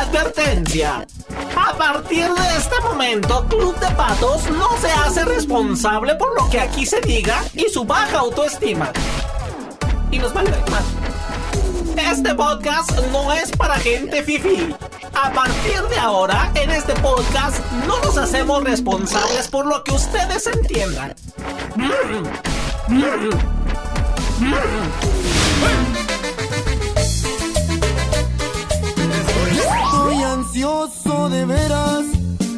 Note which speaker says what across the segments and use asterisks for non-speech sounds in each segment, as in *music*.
Speaker 1: Advertencia. A partir de este momento, Club de Patos no se hace responsable por lo que aquí se diga y su baja autoestima. Y nos vale más. Este podcast no es para gente fifi. A partir de ahora, en este podcast no nos hacemos responsables por lo que ustedes entiendan. Mm. Mm. Mm.
Speaker 2: Estoy ansioso de veras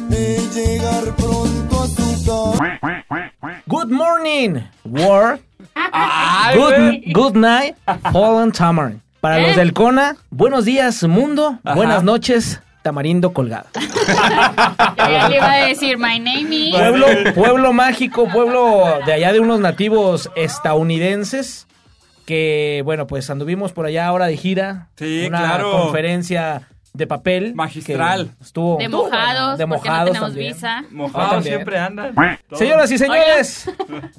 Speaker 2: de llegar pronto a tu casa.
Speaker 3: Good morning, world.
Speaker 4: Ay,
Speaker 3: Good,
Speaker 4: güey.
Speaker 3: good night, fallen tamarind. Para los del CONA, buenos días, mundo. Buenas noches, tamarindo colgado.
Speaker 4: Ya, ya le iba a decir, my name is...
Speaker 3: Pueblo, pueblo mágico, pueblo de allá de unos nativos estadounidenses que, bueno, pues anduvimos por allá ahora de gira.
Speaker 5: Sí,
Speaker 3: una
Speaker 5: claro.
Speaker 3: conferencia de papel.
Speaker 5: Magistral.
Speaker 3: que Estuvo
Speaker 4: De mojados,
Speaker 3: de
Speaker 4: porque no
Speaker 3: mojados
Speaker 4: tenemos
Speaker 3: también.
Speaker 4: visa.
Speaker 5: Mojado
Speaker 3: también.
Speaker 5: Ah, siempre andan.
Speaker 3: Señoras y señores,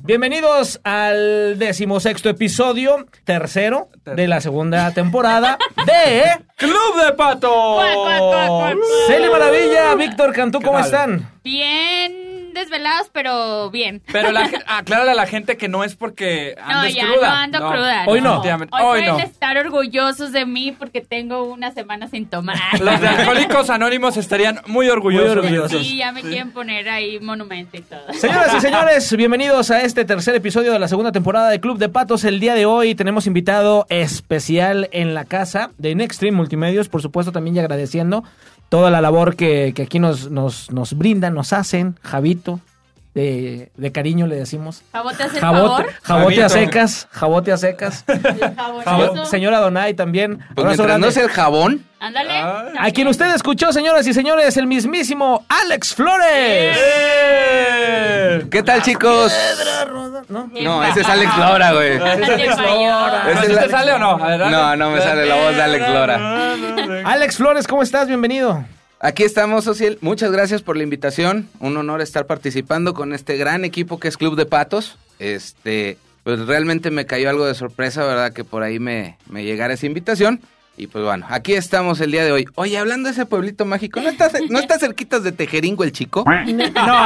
Speaker 3: bienvenidos al decimosexto episodio, tercero de la segunda temporada de
Speaker 5: ¡Club de
Speaker 4: Cuac, cuac, cuac, cuac,
Speaker 5: Patos!
Speaker 4: cuac.
Speaker 3: Cele Maravilla. Víctor Cantú, ¿cómo
Speaker 5: tal?
Speaker 3: están?
Speaker 4: Bien desvelados, pero bien.
Speaker 5: Pero la, ge- aclárale a la gente que no es porque
Speaker 4: No,
Speaker 5: andes
Speaker 4: ya
Speaker 5: cruda.
Speaker 4: no ando cruda.
Speaker 3: Hoy no.
Speaker 5: Definitivamente.
Speaker 4: Hoy,
Speaker 5: Hoy
Speaker 4: pueden
Speaker 5: no.
Speaker 4: estar orgullosos de mí porque tengo una semana sin tomar.
Speaker 3: *laughs*
Speaker 5: Los de Alcohólicos Anónimos estarían muy orgullosos.
Speaker 3: Muy orgullosos.
Speaker 4: Sí, ya me quieren poner ahí monumento y todo.
Speaker 3: Señoras y señores, bienvenidos a este tercer episodio de la segunda temporada de Club de Patos. El día de hoy tenemos invitado especial en la casa de Nextream Multimedios, por supuesto también y agradeciendo toda la labor que, que aquí nos, nos, nos brindan, nos hacen, Javito, de, de cariño le decimos.
Speaker 4: Jabot, ¿te hace el
Speaker 3: *laughs* Jabote,
Speaker 4: favor?
Speaker 3: jabote a
Speaker 5: Javito.
Speaker 3: secas, jabote a secas.
Speaker 4: El jabonazo.
Speaker 3: Señora Donay también.
Speaker 6: Pues
Speaker 3: Abrazo
Speaker 6: mientras no
Speaker 3: grande.
Speaker 6: es el jabón.
Speaker 4: Ándale.
Speaker 5: Ah.
Speaker 3: A quien usted escuchó, señoras y señores, el mismísimo Alex Flores.
Speaker 5: ¡Eh!
Speaker 6: ¿Qué tal, chicos?
Speaker 3: ¿No?
Speaker 6: No, ese es Alex Lora, güey.
Speaker 4: Te
Speaker 5: Ese
Speaker 4: falló.
Speaker 6: Ese
Speaker 5: ¿Sí
Speaker 6: es la-
Speaker 5: te sale o no? A ver, dale.
Speaker 6: No, no me sale la voz de Alex Lora.
Speaker 5: No, no, no.
Speaker 3: Alex Flores, ¿cómo estás? Bienvenido.
Speaker 6: Aquí estamos, Ociel. Muchas gracias por la invitación. Un honor estar participando con este gran equipo que es Club de Patos. Este, pues realmente me cayó algo de sorpresa, ¿verdad? Que por ahí me, me llegara esa invitación. Y pues bueno, aquí estamos el día de hoy. Oye, hablando de ese pueblito mágico, ¿no está, ce- no está cerquitas de Tejeringo el chico?
Speaker 3: No,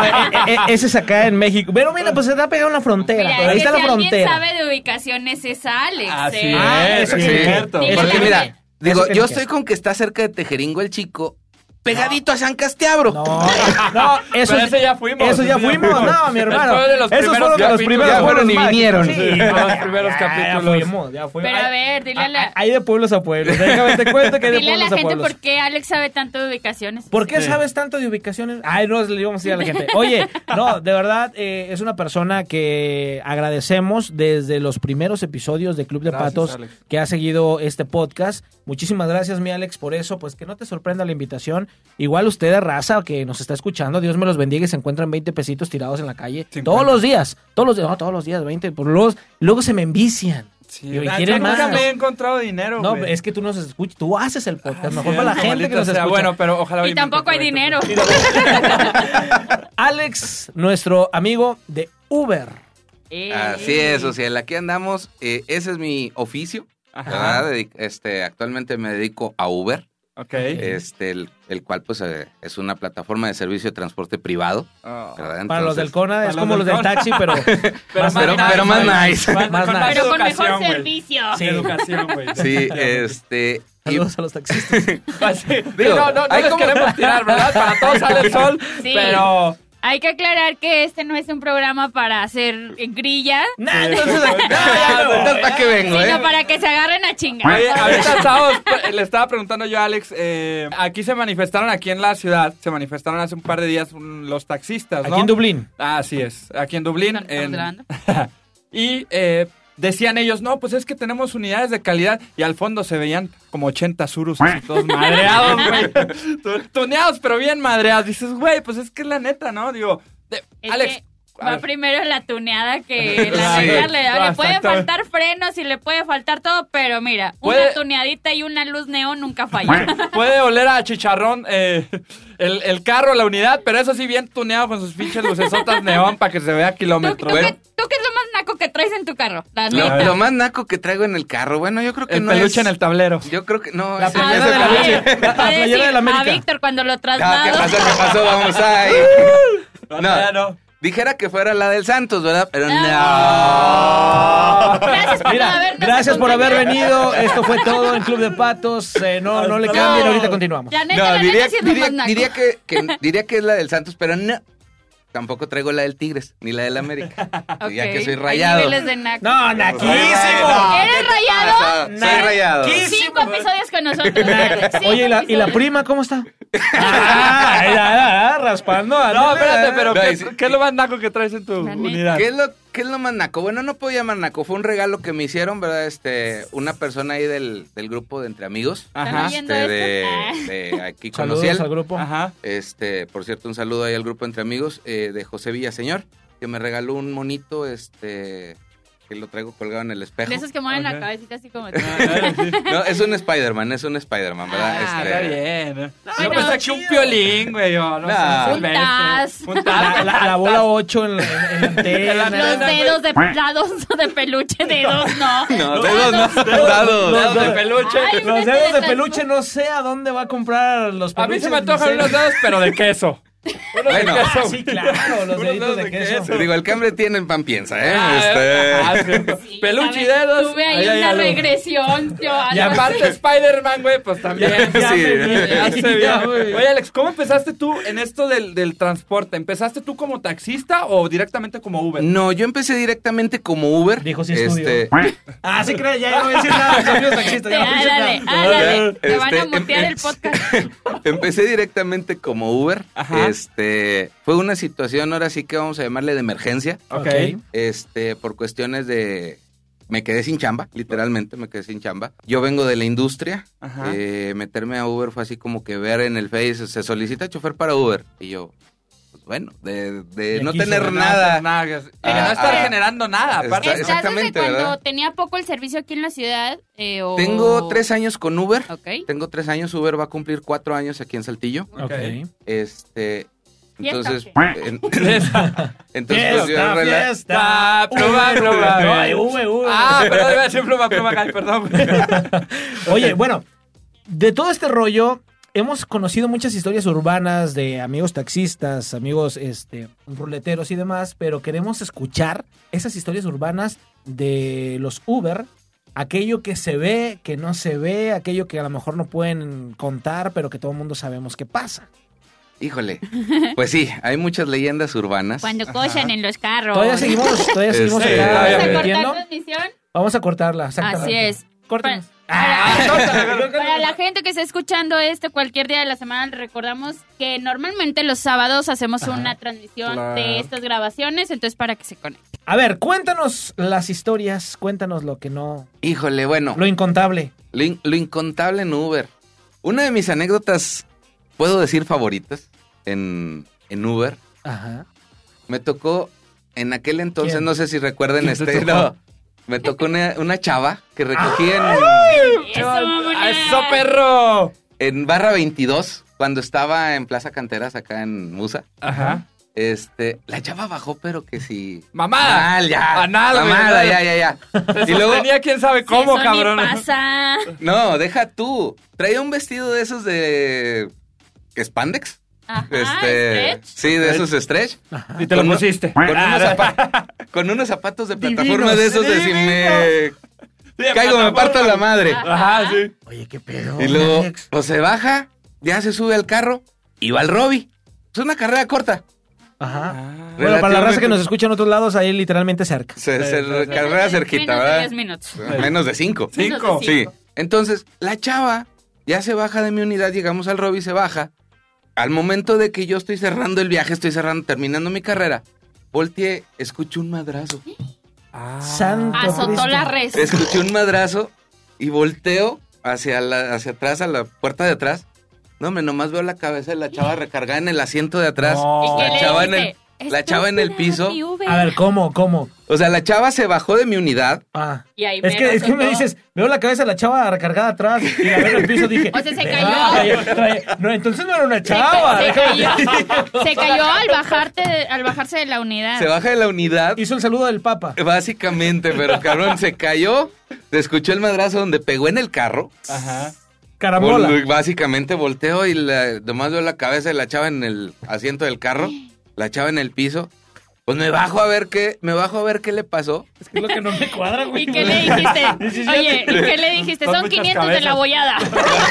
Speaker 3: eh, eh, eh, ese es acá en México. Pero mira, pues se está pegado en la frontera.
Speaker 4: Mira, es
Speaker 3: Ahí está
Speaker 4: que
Speaker 3: la
Speaker 4: si
Speaker 3: frontera.
Speaker 4: alguien sabe de ubicaciones es Alex.
Speaker 5: Así
Speaker 4: ¿eh?
Speaker 3: Ah,
Speaker 5: es,
Speaker 3: eso
Speaker 5: sí,
Speaker 3: sí.
Speaker 5: es cierto.
Speaker 4: Sí.
Speaker 6: Porque
Speaker 4: Eso
Speaker 6: mira,
Speaker 3: tiene
Speaker 6: digo,
Speaker 3: que
Speaker 6: yo
Speaker 3: ser.
Speaker 6: estoy con que está cerca de Tejeringo el chico, pegadito a San Casteabro.
Speaker 3: No, *laughs*
Speaker 6: *laughs*
Speaker 3: no, eso,
Speaker 5: Pero ese ya fuimos,
Speaker 3: Eso ya
Speaker 5: ese ya
Speaker 3: fuimos.
Speaker 5: fuimos.
Speaker 3: No, mi hermano.
Speaker 5: Después de los
Speaker 3: Esos fueron
Speaker 5: primeros
Speaker 3: de los
Speaker 5: capítulos,
Speaker 3: primeros.
Speaker 6: ya fueron y
Speaker 3: juegos
Speaker 6: vinieron.
Speaker 3: mágicos.
Speaker 5: Sí, fueron los primeros capítulos.
Speaker 3: Ya fuimos, ya fuimos.
Speaker 4: Pero a
Speaker 3: Ay,
Speaker 4: ver, dile a
Speaker 3: ay,
Speaker 4: la,
Speaker 3: Hay de pueblos a pueblos. Déjame te cuento que hay de
Speaker 4: dile a la
Speaker 3: pueblos a
Speaker 4: gente
Speaker 3: pueblos.
Speaker 4: por qué Alex sabe tanto de ubicaciones.
Speaker 3: ¿Por qué
Speaker 5: Sí.
Speaker 3: sabes tanto de ubicaciones? Ay, no, le íbamos a decir a la gente. Oye, no, de verdad, eh, es una persona que agradecemos desde los primeros episodios de Club de
Speaker 5: Gracias,
Speaker 3: Patos
Speaker 5: Alex.
Speaker 3: que ha seguido este podcast. Muchísimas gracias, mi Alex, por eso. Pues que no te sorprenda la invitación. Igual usted, raza, que nos está escuchando, Dios me los bendiga y se encuentran 20 pesitos tirados en la calle.
Speaker 5: 50.
Speaker 3: Todos los días, todos los días, no, todos los días, 20. Por los, luego se me envician.
Speaker 5: Sí,
Speaker 3: Y
Speaker 5: ah,
Speaker 3: quieren
Speaker 5: yo
Speaker 3: más.
Speaker 5: nunca me he encontrado dinero,
Speaker 3: No,
Speaker 5: güey.
Speaker 3: es que tú nos escuchas, tú haces el podcast. mejor para la
Speaker 5: Cierto,
Speaker 3: gente que
Speaker 5: maldita
Speaker 3: nos
Speaker 5: sea.
Speaker 3: escucha.
Speaker 5: Bueno, pero ojalá hoy
Speaker 4: y
Speaker 5: me
Speaker 4: tampoco hay
Speaker 5: encuentre.
Speaker 4: dinero. *laughs*
Speaker 3: Alex, nuestro amigo de Uber.
Speaker 4: Eh.
Speaker 6: Así es, Ociel. Aquí andamos. Eh, ese es mi oficio.
Speaker 5: Ajá.
Speaker 6: ¿verdad? Dedic- Este, actualmente me dedico a Uber,
Speaker 5: Ok.
Speaker 6: este, el, el cual pues eh, es una plataforma de servicio de transporte privado.
Speaker 5: Ah.
Speaker 6: ¿verdad?
Speaker 3: Para los del
Speaker 6: Entonces,
Speaker 3: CONA
Speaker 5: para
Speaker 3: es
Speaker 5: los
Speaker 3: como los
Speaker 5: del
Speaker 3: del
Speaker 5: Cona.
Speaker 3: taxi,
Speaker 5: *laughs*
Speaker 3: pero
Speaker 5: Pero,
Speaker 6: Pero- pero más
Speaker 5: güey.
Speaker 6: nice.
Speaker 3: Más
Speaker 5: con
Speaker 3: nice.
Speaker 4: Pero con mejor
Speaker 5: educación, güey.
Speaker 4: servicio.
Speaker 5: Sí. Educación, güey.
Speaker 6: Sí, este. y-
Speaker 3: saludos a los taxistas.
Speaker 5: Así.
Speaker 6: *laughs* Digo,
Speaker 5: no, no, no
Speaker 6: hay
Speaker 5: les
Speaker 6: como-
Speaker 5: queremos tirar, ¿verdad? Para todos sale el sol,
Speaker 4: Sí.
Speaker 5: pero...
Speaker 4: Hay que aclarar que este no es un programa para hacer grilla,
Speaker 3: Nah, entonces,
Speaker 5: *laughs*
Speaker 6: Ah, entonces, ¿para qué vengo,
Speaker 4: sino
Speaker 6: eh?
Speaker 4: para que se agarren a chingar.
Speaker 5: Oye, ahorita estábamos- le estaba preguntando yo a Alex, eh, aquí se manifestaron, aquí en la ciudad, se manifestaron hace un par de días un- los taxistas, ¿no? Ah,
Speaker 3: aquí en Dublín.
Speaker 5: Así es, aquí en Dublín.
Speaker 4: ¿Dónde estamos
Speaker 5: en-
Speaker 4: grabando?
Speaker 5: y eh, decían ellos, no, pues es que tenemos unidades de calidad. Y al fondo se veían como 80 surus, así, todos madreados, güey. Tu- Tuneados, pero bien madreados. Dices, güey, pues es que es la neta, ¿no? Digo, de-
Speaker 4: Es
Speaker 5: Alex,
Speaker 4: que-
Speaker 5: A
Speaker 4: Va
Speaker 5: ver.
Speaker 4: primero la tuneada que la
Speaker 5: Sí,
Speaker 4: verdad le, le
Speaker 5: bastante.
Speaker 4: puede faltar frenos y le puede faltar todo, pero mira,
Speaker 5: Puede-
Speaker 4: una tuneadita y una luz neón nunca
Speaker 5: *laughs*
Speaker 4: falla.
Speaker 5: Puede oler a chicharrón eh, el, el carro, la unidad, pero eso sí, bien tuneado con sus pinches lucesotas neón para que se vea a
Speaker 4: ¿Tú,
Speaker 5: kilómetro.
Speaker 4: tú
Speaker 5: Bueno,
Speaker 4: qué, tú qué es lo más naco que traes en tu carro? Ah, La
Speaker 6: Lo,
Speaker 4: neta.
Speaker 6: lo más naco que traigo en el carro, bueno, yo creo que
Speaker 5: el
Speaker 6: no
Speaker 5: peluche
Speaker 6: es...
Speaker 5: en el tablero.
Speaker 6: Yo creo que no.
Speaker 3: La
Speaker 6: ese
Speaker 4: Ah,
Speaker 3: playera
Speaker 6: ya
Speaker 3: de
Speaker 6: se-
Speaker 3: la
Speaker 4: puede-
Speaker 3: leche.
Speaker 4: puede
Speaker 3: La playera de la
Speaker 4: decir,
Speaker 3: América.
Speaker 4: A Víctor cuando lo
Speaker 6: Ah, ¿Qué
Speaker 4: traslado.
Speaker 6: pasó? ¿Qué pasó? Vamos ahí.
Speaker 4: Uh.
Speaker 5: No,
Speaker 6: No.
Speaker 5: ya no.
Speaker 6: Dijera que fuera la del Santos, ¿verdad? Pero
Speaker 5: Ah.
Speaker 6: no.
Speaker 4: *laughs* Gracias por
Speaker 3: Mira,
Speaker 4: habernos
Speaker 3: gracias por haber
Speaker 4: acompañado.
Speaker 3: venido. Esto fue todo en Club de Patos. Eh, no, no le
Speaker 5: Hasta
Speaker 3: cambien,
Speaker 5: luego.
Speaker 3: ahorita continuamos.
Speaker 4: La neta,
Speaker 6: No,
Speaker 4: la
Speaker 6: diría,
Speaker 4: neta sí es lo
Speaker 6: diría-
Speaker 4: más naco.
Speaker 6: diría que, que- diría que es la del Santos, pero no. Tampoco traigo la del Tigres, ni la
Speaker 4: *laughs*
Speaker 6: del América. Diría
Speaker 4: Ok.
Speaker 6: que soy
Speaker 4: Hay
Speaker 6: rayado.
Speaker 4: niveles de naco.
Speaker 3: No, naquísimo.
Speaker 6: No,
Speaker 4: ¿Eres
Speaker 6: ¿qué
Speaker 4: rayado?
Speaker 6: pasa? Soy rayado.
Speaker 4: Cinco episodios con nosotros.
Speaker 3: *laughs*
Speaker 4: Cinco
Speaker 3: pues, Oye, ¿y la, y la
Speaker 4: episodios.
Speaker 3: prima cómo está? Ah, ah, ah, raspando.
Speaker 5: No, espérate, pero
Speaker 6: No,
Speaker 5: ¿qué,
Speaker 6: y sí.
Speaker 5: qué es lo más naco que traes en tu
Speaker 4: La neta.
Speaker 5: unidad?
Speaker 6: ¿Qué es, lo, ¿Qué es lo más naco? Bueno, no puedo llamar naco. Fue un regalo que me hicieron, ¿verdad? Este, una persona ahí del, del grupo de Entre Amigos.
Speaker 5: Ajá.
Speaker 4: También.
Speaker 6: Este,
Speaker 4: Viendo esto.
Speaker 6: de, de aquí con
Speaker 3: Saludos
Speaker 6: Ociel.
Speaker 3: al grupo.
Speaker 5: Ajá.
Speaker 6: Este, por cierto, un saludo ahí al grupo Entre Amigos eh, de José Villaseñor, que me regaló un monito, este, que lo traigo colgado en el espejo.
Speaker 4: De
Speaker 6: *laughs*
Speaker 4: esos que mueven
Speaker 5: Ok.
Speaker 4: la cabecita así como tú.
Speaker 6: No, es un Spider-Man, es un Spider-Man, ¿verdad?
Speaker 4: Ah,
Speaker 6: Este,
Speaker 5: Está bien. Yo
Speaker 4: bueno,
Speaker 5: pensé que un piolín, güey. yo, no
Speaker 6: Nah.
Speaker 5: sé,
Speaker 6: Un
Speaker 5: silvestre.
Speaker 4: taz.
Speaker 5: Un
Speaker 3: La,
Speaker 5: taz.
Speaker 3: la- la bola 8 en,
Speaker 5: *laughs*
Speaker 3: la- en la antena.
Speaker 4: Los dedos de lados *laughs* de peluche, dedos no.
Speaker 6: No, dedos no, dados.
Speaker 5: Dados de
Speaker 3: Los-
Speaker 5: peluche.
Speaker 4: Ay,
Speaker 3: Los
Speaker 4: vete
Speaker 3: dedos de
Speaker 4: tan-
Speaker 3: peluche no sé a dónde va a comprar los
Speaker 5: A
Speaker 3: peluches.
Speaker 5: mí se me
Speaker 3: no
Speaker 5: antojan
Speaker 3: sé.
Speaker 5: unos dados, pero de queso. Unos
Speaker 6: Bueno.
Speaker 5: de queso.
Speaker 3: Ah, sí, claro, los
Speaker 5: *laughs* Unos
Speaker 3: deditos
Speaker 5: dedos
Speaker 3: de
Speaker 5: de
Speaker 3: queso.
Speaker 5: queso.
Speaker 6: Digo, el que hambre tiene en pan piensa, ¿eh?
Speaker 5: Ah,
Speaker 6: Este,
Speaker 5: ajá, sí. Peluche y
Speaker 4: ¿sabes?
Speaker 5: dedos.
Speaker 4: Tuve ahí,
Speaker 5: ahí hay
Speaker 4: una
Speaker 5: algo.
Speaker 4: regresión. Yo,
Speaker 5: Y
Speaker 4: algo *laughs*
Speaker 5: aparte Spider-Man, güey, pues también.
Speaker 3: Ya me
Speaker 6: Sí.
Speaker 3: vi,
Speaker 5: Ya se vio.
Speaker 3: *laughs* ya me vi.
Speaker 5: Oye, Alex, ¿cómo empezaste tú en esto del, del transporte? ¿Empezaste tú como taxista o directamente como Uber?
Speaker 6: No, yo empecé directamente como Uber.
Speaker 3: Dijo, sí
Speaker 6: este, *laughs*
Speaker 3: Ah, sí, creo, ya no voy a decir nada. Soy *laughs* un taxista,
Speaker 4: Te,
Speaker 3: ya no voy a decir
Speaker 4: álale,
Speaker 3: nada.
Speaker 4: álale. Te van a
Speaker 6: Este,
Speaker 4: mutear el
Speaker 6: em- *laughs*
Speaker 4: podcast.
Speaker 6: Empecé directamente como Uber.
Speaker 5: Ajá.
Speaker 6: Este, fue una situación ahora sí que vamos a llamarle de emergencia.
Speaker 5: Ok.
Speaker 3: Ok.
Speaker 6: este, por cuestiones de... Me quedé sin chamba, literalmente me quedé sin chamba. Yo vengo de la industria.
Speaker 5: Ajá.
Speaker 6: eh, meterme a Uber fue así como que ver en el Face, se solicita chofer para Uber. Y yo, pues bueno, de, de
Speaker 3: Y
Speaker 6: no
Speaker 3: aquí se
Speaker 6: tener
Speaker 3: gana,
Speaker 6: nada.
Speaker 5: nada. Y de
Speaker 6: Ah,
Speaker 5: no estar
Speaker 6: ah.
Speaker 5: generando nada, aparte.
Speaker 6: Está-
Speaker 4: ¿Estás desde
Speaker 6: exactamente,
Speaker 4: cuando
Speaker 6: ¿verdad?
Speaker 4: tenía poco el servicio aquí en la ciudad? eh, o-
Speaker 6: Tengo tres años con Uber.
Speaker 4: Ok.
Speaker 6: Tengo tres años, Uber va a cumplir cuatro años aquí en Saltillo.
Speaker 3: Ok.
Speaker 6: Este,
Speaker 4: Fiesta,
Speaker 6: entonces,
Speaker 4: ¿o
Speaker 6: en- *laughs*
Speaker 5: Fiesta,
Speaker 6: entonces pues, yo en realidad-
Speaker 5: Ah, pluma, pluma.
Speaker 3: No, hay V, V.
Speaker 5: Ah, perdón, iba a decir pluma, pluma, ay, perdón. güey.
Speaker 3: Oye, bueno, de todo este rollo, hemos conocido muchas historias urbanas de amigos taxistas, amigos este, ruleteros y demás, pero queremos escuchar esas historias urbanas de los Uber. Aquello que se ve, que no se ve, aquello que a lo mejor no pueden contar, pero que todo el mundo sabemos que pasa.
Speaker 6: Híjole, pues sí, hay muchas leyendas urbanas.
Speaker 4: Cuando cochan en los carros.
Speaker 3: Todavía seguimos, todavía
Speaker 6: Este,
Speaker 3: seguimos
Speaker 6: ¿vamos
Speaker 3: acá
Speaker 6: a
Speaker 4: ¿Vamos a
Speaker 6: eh,
Speaker 4: cortar
Speaker 3: repitiendo.
Speaker 4: transmisión?
Speaker 3: Vamos a cortarla,
Speaker 4: Así
Speaker 3: exactamente. Ah,
Speaker 4: es.
Speaker 3: Córtanos.
Speaker 4: Para la gente que está escuchando esto cualquier día de la semana, les recordamos que normalmente los sábados hacemos una transmisión
Speaker 5: Claro.
Speaker 4: de estas grabaciones, entonces para que se conecten.
Speaker 3: A ver, cuéntanos las historias, cuéntanos lo que no,
Speaker 6: Híjole, bueno.
Speaker 3: lo incontable.
Speaker 6: Lo, in- lo incontable en Uber. Una de mis anécdotas, puedo decir favoritas, en, en Uber.
Speaker 3: Ajá.
Speaker 6: Me tocó en aquel entonces,
Speaker 3: ¿Quién?
Speaker 6: no sé si recuerden
Speaker 5: ¿Quién te
Speaker 6: este,
Speaker 5: tocó?
Speaker 6: no. Me tocó una, una chava que recogí en,
Speaker 4: Eso, mamona.
Speaker 5: ¡Eso, perro!
Speaker 6: en Barra 22, cuando estaba en Plaza Canteras, acá en Musa.
Speaker 5: Ajá.
Speaker 6: Este, la chava bajó, pero que sí.
Speaker 5: Mamada.
Speaker 6: Mal, ya.
Speaker 5: Anal, güey,
Speaker 6: Mamada,
Speaker 5: anal.
Speaker 6: ya, ya, ya.
Speaker 5: Y luego tenía quién sabe
Speaker 4: Sí, eso
Speaker 5: cómo,
Speaker 4: ni
Speaker 5: cabrón.
Speaker 4: pasa.
Speaker 6: No, deja tú. Traía un vestido de esos de. ¿Spandex?
Speaker 4: Ajá,
Speaker 6: Este,
Speaker 4: Ah, stretch.
Speaker 6: sí, de esos stretch.
Speaker 5: Y te lo
Speaker 6: Con-
Speaker 5: pusiste.
Speaker 6: Con, unos,
Speaker 3: Ah,
Speaker 6: zapa- con unos zapatos de plataforma
Speaker 3: Divinos,
Speaker 6: de esos de si me caigo me parto la madre.
Speaker 3: Ah.
Speaker 5: Ajá, sí.
Speaker 3: Oye, qué pedo.
Speaker 6: Y luego pues, se baja, ya se sube al carro y va al Robbie. Es una carrera corta.
Speaker 3: Ajá. Bueno,
Speaker 6: ah, Relativamente-
Speaker 3: para la raza que nos escucha en otros lados, ahí literalmente cerca.
Speaker 6: Se,
Speaker 5: Sí,
Speaker 6: se-
Speaker 5: sí, sí.
Speaker 6: carrera cerquita,
Speaker 4: Menos de
Speaker 6: ¿verdad?
Speaker 4: diez minutos.
Speaker 6: Menos de cinco.
Speaker 5: Sí.
Speaker 4: Menos
Speaker 5: Cinco.
Speaker 4: de
Speaker 6: Sí. Entonces, la chava ya se baja de mi unidad, llegamos al Robbie, se baja. Al momento de que yo estoy cerrando el viaje, estoy cerrando, terminando mi carrera, volteé, escucho un madrazo.
Speaker 3: Santo
Speaker 4: Ah, Azotó
Speaker 3: Cristo.
Speaker 4: la res.
Speaker 6: Escuché un madrazo y volteo hacia, la, hacia atrás, a la puerta de atrás. No, hombre, nomás veo la cabeza de la chava recargada en el asiento de atrás.
Speaker 5: No.
Speaker 4: ¿Y qué
Speaker 6: La
Speaker 4: le
Speaker 6: chava en el,
Speaker 4: dijiste?
Speaker 6: la chava en el piso.
Speaker 3: A ver, ¿cómo? ¿Cómo?
Speaker 6: O sea, la chava se bajó de mi unidad.
Speaker 3: Ah.
Speaker 4: Y ahí
Speaker 3: es que, es que me
Speaker 4: soltó.
Speaker 3: dices, veo la cabeza de la chava recargada atrás y la veo en el piso dije.
Speaker 4: O sea, se cayó.
Speaker 3: "Ah, trae- No, entonces no era una
Speaker 4: Se,
Speaker 3: chava.
Speaker 4: se
Speaker 3: déjame
Speaker 4: cayó, *laughs* se cayó al, bajarte de- al bajarse de la unidad.
Speaker 6: Se baja de la unidad.
Speaker 3: Hizo el saludo del Papa.
Speaker 6: Básicamente, pero cabrón, se cayó. Se escuchó el madrazo donde pegó en el carro.
Speaker 5: Ajá.
Speaker 3: Carambola.
Speaker 6: Vol- básicamente volteo y la, nomás veo la cabeza de la chava en el asiento del carro. La chava en el piso. Pues me bajo a ver qué, me bajo a ver qué le pasó.
Speaker 3: Es que es lo que no me cuadra, güey.
Speaker 4: ¿Y qué le
Speaker 3: *laughs*
Speaker 4: dijiste? Oye, ¿y qué le dijiste?
Speaker 5: Son
Speaker 4: Son
Speaker 5: muchas
Speaker 4: 500 de la
Speaker 5: cabezas.
Speaker 4: bollada.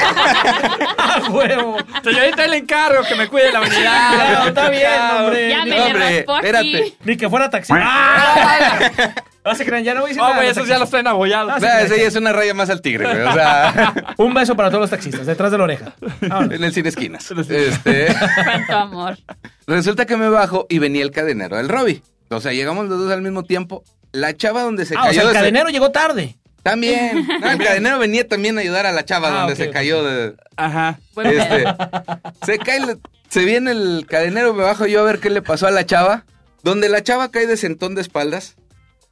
Speaker 3: A Ah, huevo.
Speaker 5: Señorita, le encargo que me cuide la unidad.
Speaker 3: Claro, está bien, hombre.
Speaker 4: Ya me
Speaker 3: Ni-
Speaker 6: No,
Speaker 4: le
Speaker 6: hombre,
Speaker 4: raspó aquí.
Speaker 6: espérate.
Speaker 3: Ni que fuera taxi. ¡Ah! No se crean, ya no voy a decir
Speaker 5: Oh,
Speaker 3: nada.
Speaker 5: güey, esos ya los traen
Speaker 3: Ah,
Speaker 5: abollados.
Speaker 6: O sea, esa ya es una raya más al tigre,
Speaker 3: *laughs*
Speaker 6: güey. O sea,
Speaker 3: Un beso para todos los taxistas, detrás de la oreja. Ahora.
Speaker 6: en el
Speaker 3: *laughs*
Speaker 6: cine esquinas. Este,
Speaker 4: Cuánto amor.
Speaker 6: resulta que me bajo y venía el cadenero del Robbie. O sea, llegamos los dos al mismo tiempo. La chava donde se
Speaker 3: Ah,
Speaker 6: cayó.
Speaker 3: o sea, el
Speaker 6: se-
Speaker 3: cadenero llegó tarde.
Speaker 6: También. No, el cadenero venía también a ayudar a la chava
Speaker 3: Ah,
Speaker 6: donde
Speaker 3: ok,
Speaker 6: se
Speaker 3: ok.
Speaker 6: cayó de.
Speaker 5: Ajá.
Speaker 4: Buen pedo.
Speaker 6: Este, *laughs* se cae, la- se viene el cadenero, me bajo yo a ver qué le pasó a la chava. Donde la chava cae de sentón de espaldas,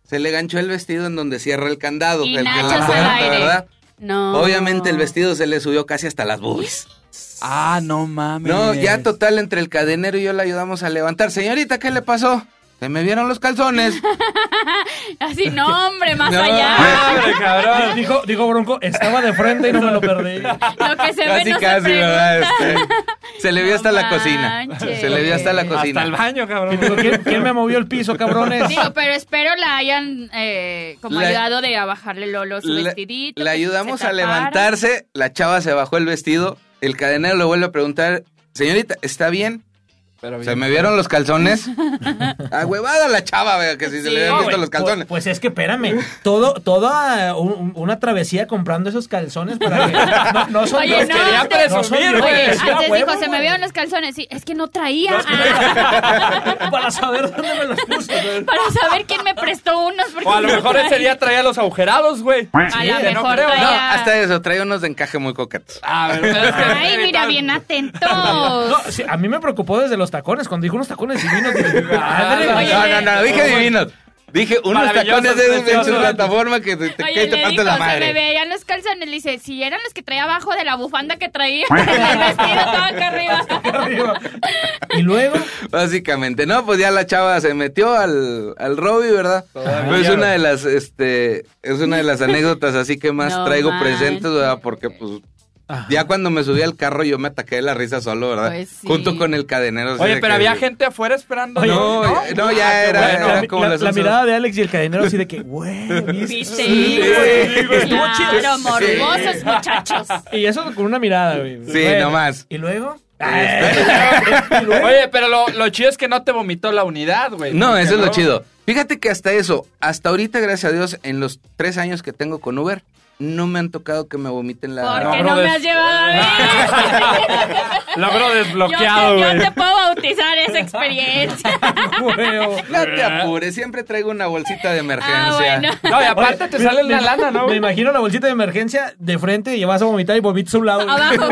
Speaker 6: se le ganchó el vestido en donde cierra el candado.
Speaker 4: Y
Speaker 6: el, de la
Speaker 4: nachos al
Speaker 6: puerta,
Speaker 4: aire.
Speaker 6: ¿verdad?
Speaker 4: No.
Speaker 6: Obviamente el vestido se le subió casi hasta las boobies.
Speaker 5: Ah, no mames.
Speaker 6: No, ya total, entre el cadenero y yo la ayudamos a levantar. Señorita, ¿qué le pasó? Se me vieron los calzones.
Speaker 4: *laughs* Así, no, hombre, más
Speaker 6: No.
Speaker 4: allá.
Speaker 6: *laughs*
Speaker 5: Hombre, cabrón.
Speaker 3: Dijo, dijo Bronco, estaba de frente y no me lo *laughs* perdí.
Speaker 4: Lo que se ve
Speaker 6: casi,
Speaker 4: no
Speaker 6: casi,
Speaker 4: se pregunta.
Speaker 6: ¿verdad? Este, se le vio
Speaker 4: No
Speaker 6: hasta la cocina.
Speaker 4: manches.
Speaker 6: Se le vio hasta la
Speaker 5: Hasta el
Speaker 6: cocina.
Speaker 5: baño, cabrón.
Speaker 3: Digo, ¿Quién, quién me movió el piso, cabrones?
Speaker 4: Digo, pero espero la hayan eh, como
Speaker 6: La-
Speaker 4: ayudado de a bajarle Lolo su
Speaker 6: Le-
Speaker 4: vestidito.
Speaker 6: Le
Speaker 4: que
Speaker 6: ayudamos
Speaker 4: se
Speaker 6: a
Speaker 4: tapara.
Speaker 6: levantarse, la chava se bajó el vestido, el cadenero le vuelve a preguntar, señorita, ¿está bien?
Speaker 5: Pero bien.
Speaker 6: ¿Se me vieron
Speaker 5: *laughs*
Speaker 6: los calzones? ah, huevada la chava, vea, que si se
Speaker 4: Sí. No,
Speaker 6: le habían visto
Speaker 3: güey, pues-
Speaker 6: los calzones.
Speaker 3: Pues, es que espérame, todo, toda eh, un- una travesía comprando esos calzones para que no, no son
Speaker 4: Oye,
Speaker 3: los
Speaker 4: no,
Speaker 3: que-
Speaker 5: Quería
Speaker 4: te-
Speaker 3: no son
Speaker 5: presumir,
Speaker 3: los que-
Speaker 4: Oye,
Speaker 5: güey.
Speaker 3: sí, a
Speaker 4: antes
Speaker 3: huevo,
Speaker 4: dijo, se me
Speaker 3: güey.
Speaker 4: vieron los calzones. Sí, es que no traía.
Speaker 3: *laughs* para saber dónde me los puso.
Speaker 4: Ah, *laughs* para saber quién me prestó unos. porque
Speaker 5: O a lo
Speaker 4: no
Speaker 5: mejor
Speaker 4: traía.
Speaker 5: ese día traía los agujerados, güey.
Speaker 4: A
Speaker 5: Sí,
Speaker 4: lo
Speaker 5: no
Speaker 4: mejor
Speaker 5: creo.
Speaker 4: traía-
Speaker 6: No, hasta eso, trae unos de encaje muy coquetos.
Speaker 5: Ah, pero es que-
Speaker 4: Ay, mira, bien
Speaker 3: No,
Speaker 4: atentos.
Speaker 3: sí, a mí me preocupó desde los tacones, cuando dijo unos tacones divinos. dije,
Speaker 6: *laughs*
Speaker 3: madre.
Speaker 5: Oye,
Speaker 6: No, no, no, dije divinos. Dije unos
Speaker 5: Maravillosos,
Speaker 6: tacones de, de su
Speaker 5: preciosos.
Speaker 6: plataforma que te, te
Speaker 4: Oye,
Speaker 6: cae y
Speaker 4: le
Speaker 6: te parte
Speaker 4: dijo,
Speaker 6: la
Speaker 4: se me
Speaker 6: madre.
Speaker 4: veían los calzones. Le dice, si eran los que traía abajo de la bufanda que traía, *laughs* el vestido estaba acá arriba.
Speaker 5: *laughs*
Speaker 3: arriba.
Speaker 6: Pues
Speaker 3: Y luego,
Speaker 6: Básicamente, no, pues ya la chava se metió al, al Robbie, ¿verdad? Pero es una de las, este, es una de las anécdotas así que más
Speaker 4: *laughs* No
Speaker 6: traigo
Speaker 4: manches.
Speaker 6: presentes, ¿verdad? Porque pues ya cuando me subí al carro yo me ataqué de la risa solo, ¿verdad?
Speaker 4: Pues, sí.
Speaker 6: Junto con el cadenero. así
Speaker 5: Oye,
Speaker 6: de
Speaker 5: pero
Speaker 6: que-
Speaker 5: había gente afuera esperando.
Speaker 3: Oye,
Speaker 6: No,
Speaker 5: ¿no?
Speaker 6: eh, no, ya
Speaker 5: Ah, qué
Speaker 6: era,
Speaker 5: bueno.
Speaker 6: era
Speaker 5: *laughs*
Speaker 3: la,
Speaker 6: como
Speaker 3: la-
Speaker 6: las
Speaker 3: la
Speaker 6: once.
Speaker 3: mirada de Alex y el cadenero así de que,
Speaker 6: *laughs*
Speaker 3: güey, ¿viste?
Speaker 4: ¿Viste?
Speaker 6: Sí, güey.
Speaker 4: Claro,
Speaker 6: chido.
Speaker 4: morbosos
Speaker 6: Sí.
Speaker 4: muchachos.
Speaker 3: Y eso con una mirada, güey.
Speaker 6: Sí, nomás.
Speaker 3: ¿Y luego? *laughs*
Speaker 6: Este-
Speaker 5: Ah, Oye, pero lo, lo chido es que no te vomitó la unidad, güey.
Speaker 6: No,
Speaker 5: Porque
Speaker 6: eso es lo
Speaker 5: luego-
Speaker 6: chido. Fíjate que hasta eso, hasta ahorita, gracias a Dios, en los tres años que tengo con Uber, no me han tocado que me vomiten la...
Speaker 4: Porque
Speaker 5: no,
Speaker 4: no, me
Speaker 5: des-
Speaker 4: has llevado a
Speaker 5: *laughs*
Speaker 4: ver.
Speaker 5: Logro
Speaker 4: Yo
Speaker 5: desbloqueado,
Speaker 4: te, yo
Speaker 5: güey.
Speaker 4: te puedo bautizar esa
Speaker 5: *laughs*
Speaker 4: experiencia.
Speaker 3: Huevo.
Speaker 6: No te apures, siempre traigo una bolsita de emergencia.
Speaker 4: Ah, bueno.
Speaker 5: No, y aparte te
Speaker 3: Oye,
Speaker 5: sale
Speaker 3: me-
Speaker 5: una lana, ¿no?
Speaker 3: Me imagino la bolsita de emergencia de frente y vas a vomitar y vomitas a un lado. *laughs*
Speaker 4: Abajo.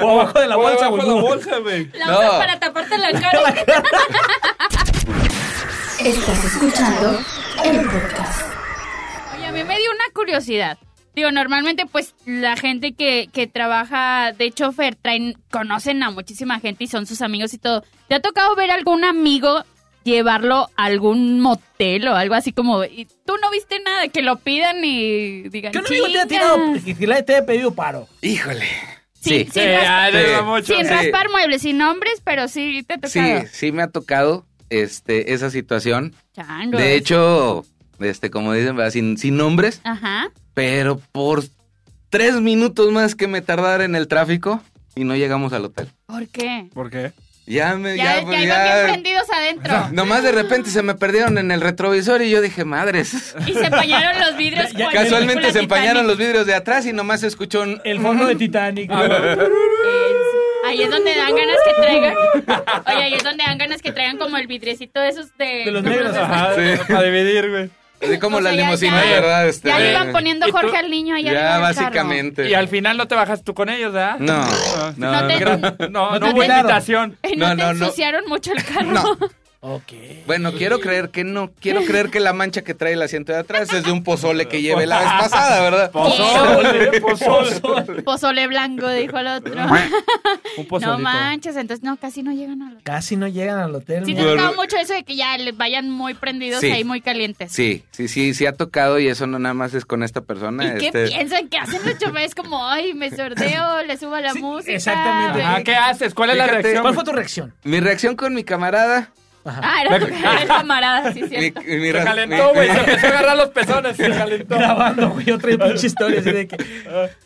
Speaker 3: o abajo de la bolsa,
Speaker 5: Ah, Abajo
Speaker 3: güey.
Speaker 5: la bolsa, güey.
Speaker 4: La
Speaker 6: No.
Speaker 4: usas para taparte la cara.
Speaker 7: Estás escuchando el podcast.
Speaker 4: Oye, a mí me dio una curiosidad. Digo, normalmente pues la gente que, que trabaja de chofer traen, conocen a muchísima gente y son sus amigos y todo. ¿Te ha tocado ver algún amigo llevarlo a algún motel o algo así como... Y tú no viste nada, que lo pidan y digan...
Speaker 3: ¿Qué un amigo te ha
Speaker 4: "Chinga".
Speaker 3: tirado? que le- Te ha E pedido paro.
Speaker 6: Híjole.
Speaker 4: Sin,
Speaker 6: Sí.
Speaker 4: sin
Speaker 5: Sí,
Speaker 4: ras-
Speaker 5: ah,
Speaker 6: Sí.
Speaker 5: no, mucho.
Speaker 4: sin
Speaker 6: sí.
Speaker 4: raspar muebles, sin nombres, pero sí te ha
Speaker 6: Sí,
Speaker 4: tocado.
Speaker 6: sí me ha tocado este, esa situación.
Speaker 4: Changos.
Speaker 6: De hecho, este, como dicen, ¿verdad? sin, sin nombres,
Speaker 4: Ajá.
Speaker 6: pero por tres minutos más que me tardara en el tráfico y no llegamos al hotel.
Speaker 4: ¿Por qué?
Speaker 5: ¿Por qué?
Speaker 6: Ya me...
Speaker 4: Ya,
Speaker 6: Ya,
Speaker 4: ya,
Speaker 6: pues,
Speaker 4: iban
Speaker 6: ya-
Speaker 4: bien prendidos
Speaker 6: *laughs*
Speaker 4: adentro.
Speaker 6: Nomás de repente se me perdieron en el retrovisor y yo dije,
Speaker 4: *laughs*
Speaker 6: madres.
Speaker 4: Y se empañaron los vidrios. cual
Speaker 6: *laughs* Casualmente
Speaker 4: película
Speaker 6: se empañaron
Speaker 4: Titanic.
Speaker 6: los vidrios de atrás y nomás se escuchó un... *laughs*
Speaker 3: El fondo de
Speaker 5: *laughs* Ah,
Speaker 3: Titanic.
Speaker 4: Es- Ahí es donde dan ganas que traigan. Oye, ahí es donde dan ganas que traigan como el vidriecito de esos de.
Speaker 3: De los negros, ajá.
Speaker 5: Ajá,
Speaker 6: Sí.
Speaker 5: para dividir, güey.
Speaker 6: Así como
Speaker 4: O sea,
Speaker 6: las
Speaker 4: ya-
Speaker 6: limusinas,
Speaker 4: ya-
Speaker 6: ¿verdad? Este,
Speaker 4: Ya le iban poniendo
Speaker 5: ¿Y tú?
Speaker 4: Jorge al niño ahí
Speaker 6: Ya,
Speaker 4: arriba del carro.
Speaker 6: básicamente.
Speaker 5: Y al final no te bajas tú con ellos, ¿verdad?
Speaker 6: No, no,
Speaker 5: No,
Speaker 4: No te-
Speaker 6: no.
Speaker 5: no, no,
Speaker 3: No te
Speaker 5: hubo
Speaker 3: invitaron.
Speaker 5: *laughs* invitación.
Speaker 4: Ay, No,
Speaker 6: No,
Speaker 4: te
Speaker 6: no, no.
Speaker 4: ensuciaron mucho el carro.
Speaker 6: No.
Speaker 3: Ok.
Speaker 6: Bueno, quiero creer que no. Quiero creer que la mancha que trae el asiento de atrás es de un pozole que lleve la vez pasada, ¿verdad?
Speaker 5: *laughs* Pozole, pozole.
Speaker 4: Pozole blanco, dijo el
Speaker 6: *laughs*
Speaker 4: otro.
Speaker 5: Un
Speaker 4: *laughs* no
Speaker 5: pozolito.
Speaker 4: manches, entonces no, casi no llegan a los...
Speaker 3: Casi no llegan al hotel.
Speaker 4: Sí,
Speaker 3: mo-
Speaker 4: te tocaba mucho eso de que ya les vayan muy prendidos
Speaker 6: Sí.
Speaker 4: ahí, muy calientes.
Speaker 6: Sí, sí, sí, sí ha tocado y eso no nada más es con esta persona.
Speaker 4: ¿Y qué
Speaker 6: este-
Speaker 4: piensan que hacen los choferes? Como, ay, me sordeo, le subo la música. Ah,
Speaker 3: exactamente.
Speaker 5: Ajá, ¿qué haces? ¿Cuál es la
Speaker 6: Fíjate.
Speaker 5: reacción?
Speaker 3: ¿Cuál fue tu reacción?
Speaker 6: Mi reacción con mi camarada.
Speaker 4: Ah, era tu era el camarada,
Speaker 6: *laughs*
Speaker 4: sí,
Speaker 6: Mi,
Speaker 4: cierto.
Speaker 6: mi
Speaker 5: Se
Speaker 6: ra-
Speaker 5: calentó, güey.
Speaker 6: mi-
Speaker 5: Se empezó a agarrar los pezones. Se calentó.
Speaker 3: Grabando, güey, otra pinche historia así de que